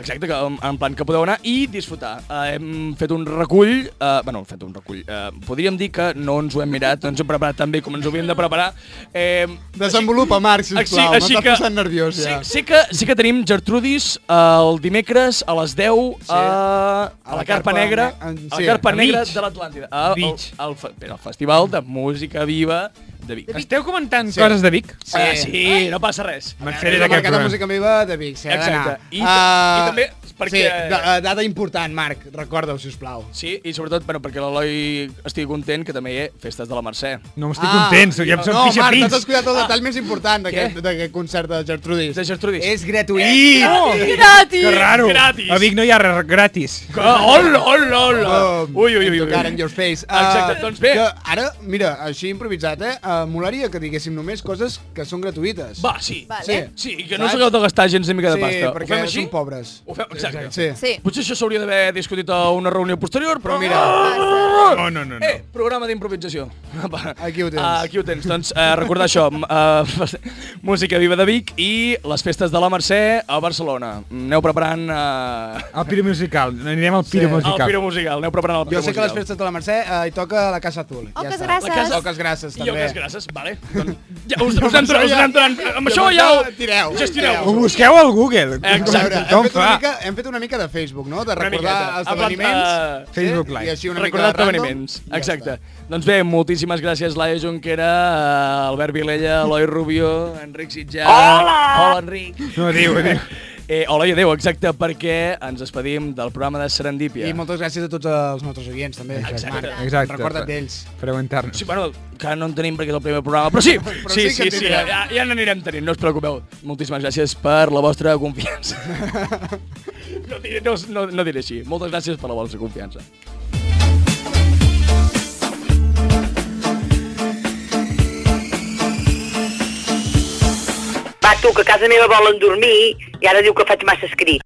Speaker 1: Exacte, que, um, en en plan que podeu anar i disfrutar. Eh, hem fet un recull, eh, bueno, hem fet un recull, eh, podríem dir que no ens ho hem mirat, no ens hem preparat tan bé com ens ho havíem de preparar. Eh,
Speaker 3: Desenvolupa, Marc, sisplau, m'estàs posant nerviós
Speaker 1: sí,
Speaker 3: ja.
Speaker 1: Sí que, sí que tenim Gertrudis eh, el dimecres a les 10 sí. a, a, la Carpa Negra,
Speaker 3: en-
Speaker 1: a
Speaker 3: sí.
Speaker 1: la Carpa
Speaker 3: A
Speaker 1: Negra
Speaker 3: Beach.
Speaker 1: de l'Atlàntida, al, al,
Speaker 3: Beach.
Speaker 1: al, fe- espera, al Festival de Música Viva de Vic.
Speaker 4: Esteu comentant sí. coses de Vic?
Speaker 1: Sí, ah, sí, no passa res.
Speaker 4: Mercè,
Speaker 3: Mercè,
Speaker 4: d'aquest
Speaker 3: d'aquest
Speaker 4: programa.
Speaker 3: programa. música meva de Vic, s'hi ha
Speaker 1: Exacte.
Speaker 3: d'anar. Ah,
Speaker 1: I ta- i també perquè-
Speaker 3: Sí, da- eh, data important, Marc, recorda-ho, sisplau.
Speaker 1: Sí, i sobretot bueno, perquè l'Eloi estigui content que també hi ha festes de la Mercè.
Speaker 4: No, estic content, ja em
Speaker 3: No,
Speaker 4: són
Speaker 3: Marc,
Speaker 4: pixapins.
Speaker 3: t'has descuidat el detall més important d'aquest
Speaker 1: Ah. Què?
Speaker 3: d'aquest concert de Gertrudis.
Speaker 1: De Gertrudis.
Speaker 3: És gratuït!
Speaker 1: És gratis!
Speaker 4: Que raro.
Speaker 1: Gratis.
Speaker 4: A Vic no hi ha res gratis.
Speaker 1: Que- Hola, hola, hola!
Speaker 3: Um,
Speaker 1: Eh. Ui, ui, ui. ui.
Speaker 3: Tocar in your face.
Speaker 1: Exacte,
Speaker 3: Eh,
Speaker 1: doncs bé.
Speaker 3: Que ara, mira, així improvisat, eh? Uh, molaria que diguéssim només coses que són gratuïtes.
Speaker 1: Va, sí.
Speaker 5: Vale.
Speaker 1: Sí, sí i que no us
Speaker 3: Saps?
Speaker 1: hagueu de gastar gens ni mica de pasta.
Speaker 3: Sí,
Speaker 1: Ho
Speaker 3: perquè
Speaker 1: fem així?
Speaker 3: són pobres.
Speaker 1: Ho fem, exacte.
Speaker 3: Sí.
Speaker 5: Sí.
Speaker 1: Potser això s'hauria d'haver discutit a una reunió posterior, però mira...
Speaker 5: Oh,
Speaker 4: No, no, no. no.
Speaker 1: Eh, programa d'improvisació. Va.
Speaker 3: Aquí ho tens.
Speaker 1: Ah, aquí ho tens. Doncs eh, recordar això, m- eh, Música Viva de Vic i les festes de la Mercè a Barcelona. Aneu preparant... Eh,
Speaker 4: El Piro Musical. Anirem al Piro
Speaker 1: el
Speaker 4: Musical.
Speaker 1: Piro Musical, aneu preparant el Piro
Speaker 3: Jo sé que a les
Speaker 1: Musical.
Speaker 3: festes de la Mercè eh, hi toca la Casa Azul.
Speaker 5: Oques
Speaker 3: està.
Speaker 5: grasses. La casa-
Speaker 3: Oques grasses,
Speaker 1: I
Speaker 3: també.
Speaker 1: oques grasses, vale. Doncs ja us, us, entra, us anem donant... Amb això ja ho...
Speaker 3: Tireu,
Speaker 1: Gestioneu.
Speaker 4: Ho busqueu al Google.
Speaker 1: Exacte.
Speaker 3: A veure, hem,
Speaker 4: Com
Speaker 3: fet una
Speaker 4: fa?
Speaker 3: mica, hem fet una mica de Facebook, no? De
Speaker 1: Una
Speaker 3: recordar
Speaker 1: miqueta.
Speaker 3: els
Speaker 1: Ha plat-
Speaker 3: esdeveniments.
Speaker 1: eh,
Speaker 4: Facebook
Speaker 3: sí?
Speaker 4: Live.
Speaker 3: I així una mica
Speaker 1: Recordar
Speaker 3: de random,
Speaker 1: esdeveniments.
Speaker 3: i ja
Speaker 1: Exacte.
Speaker 3: està.
Speaker 1: doncs bé, moltíssimes gràcies, Laia Junquera, eh, Albert Vilella, Eloi Rubió, Enric Sitjà... Hola! Hola, Enric.
Speaker 4: No, diu, diu.
Speaker 1: Eh, hola i adéu, exacte, perquè ens despedim del programa de Serendípia.
Speaker 3: I moltes gràcies a tots els nostres oients, també.
Speaker 1: Exacte.
Speaker 3: Marc.
Speaker 4: Exacte.
Speaker 3: Recorda't d'ells.
Speaker 4: Preguntar-nos.
Speaker 1: Sí, bueno, que no en tenim perquè és el primer programa, però sí, sí,
Speaker 3: sí
Speaker 1: sí,
Speaker 3: que
Speaker 1: sí,
Speaker 3: tindrem.
Speaker 1: ja, ja n'anirem tenint, no us preocupeu. Moltíssimes gràcies per la vostra confiança. No diré, no, no, no diré així. Moltes gràcies per la vostra confiança.
Speaker 7: Va, tu, que a casa meva volen dormir i ara diu que faig massa escrit.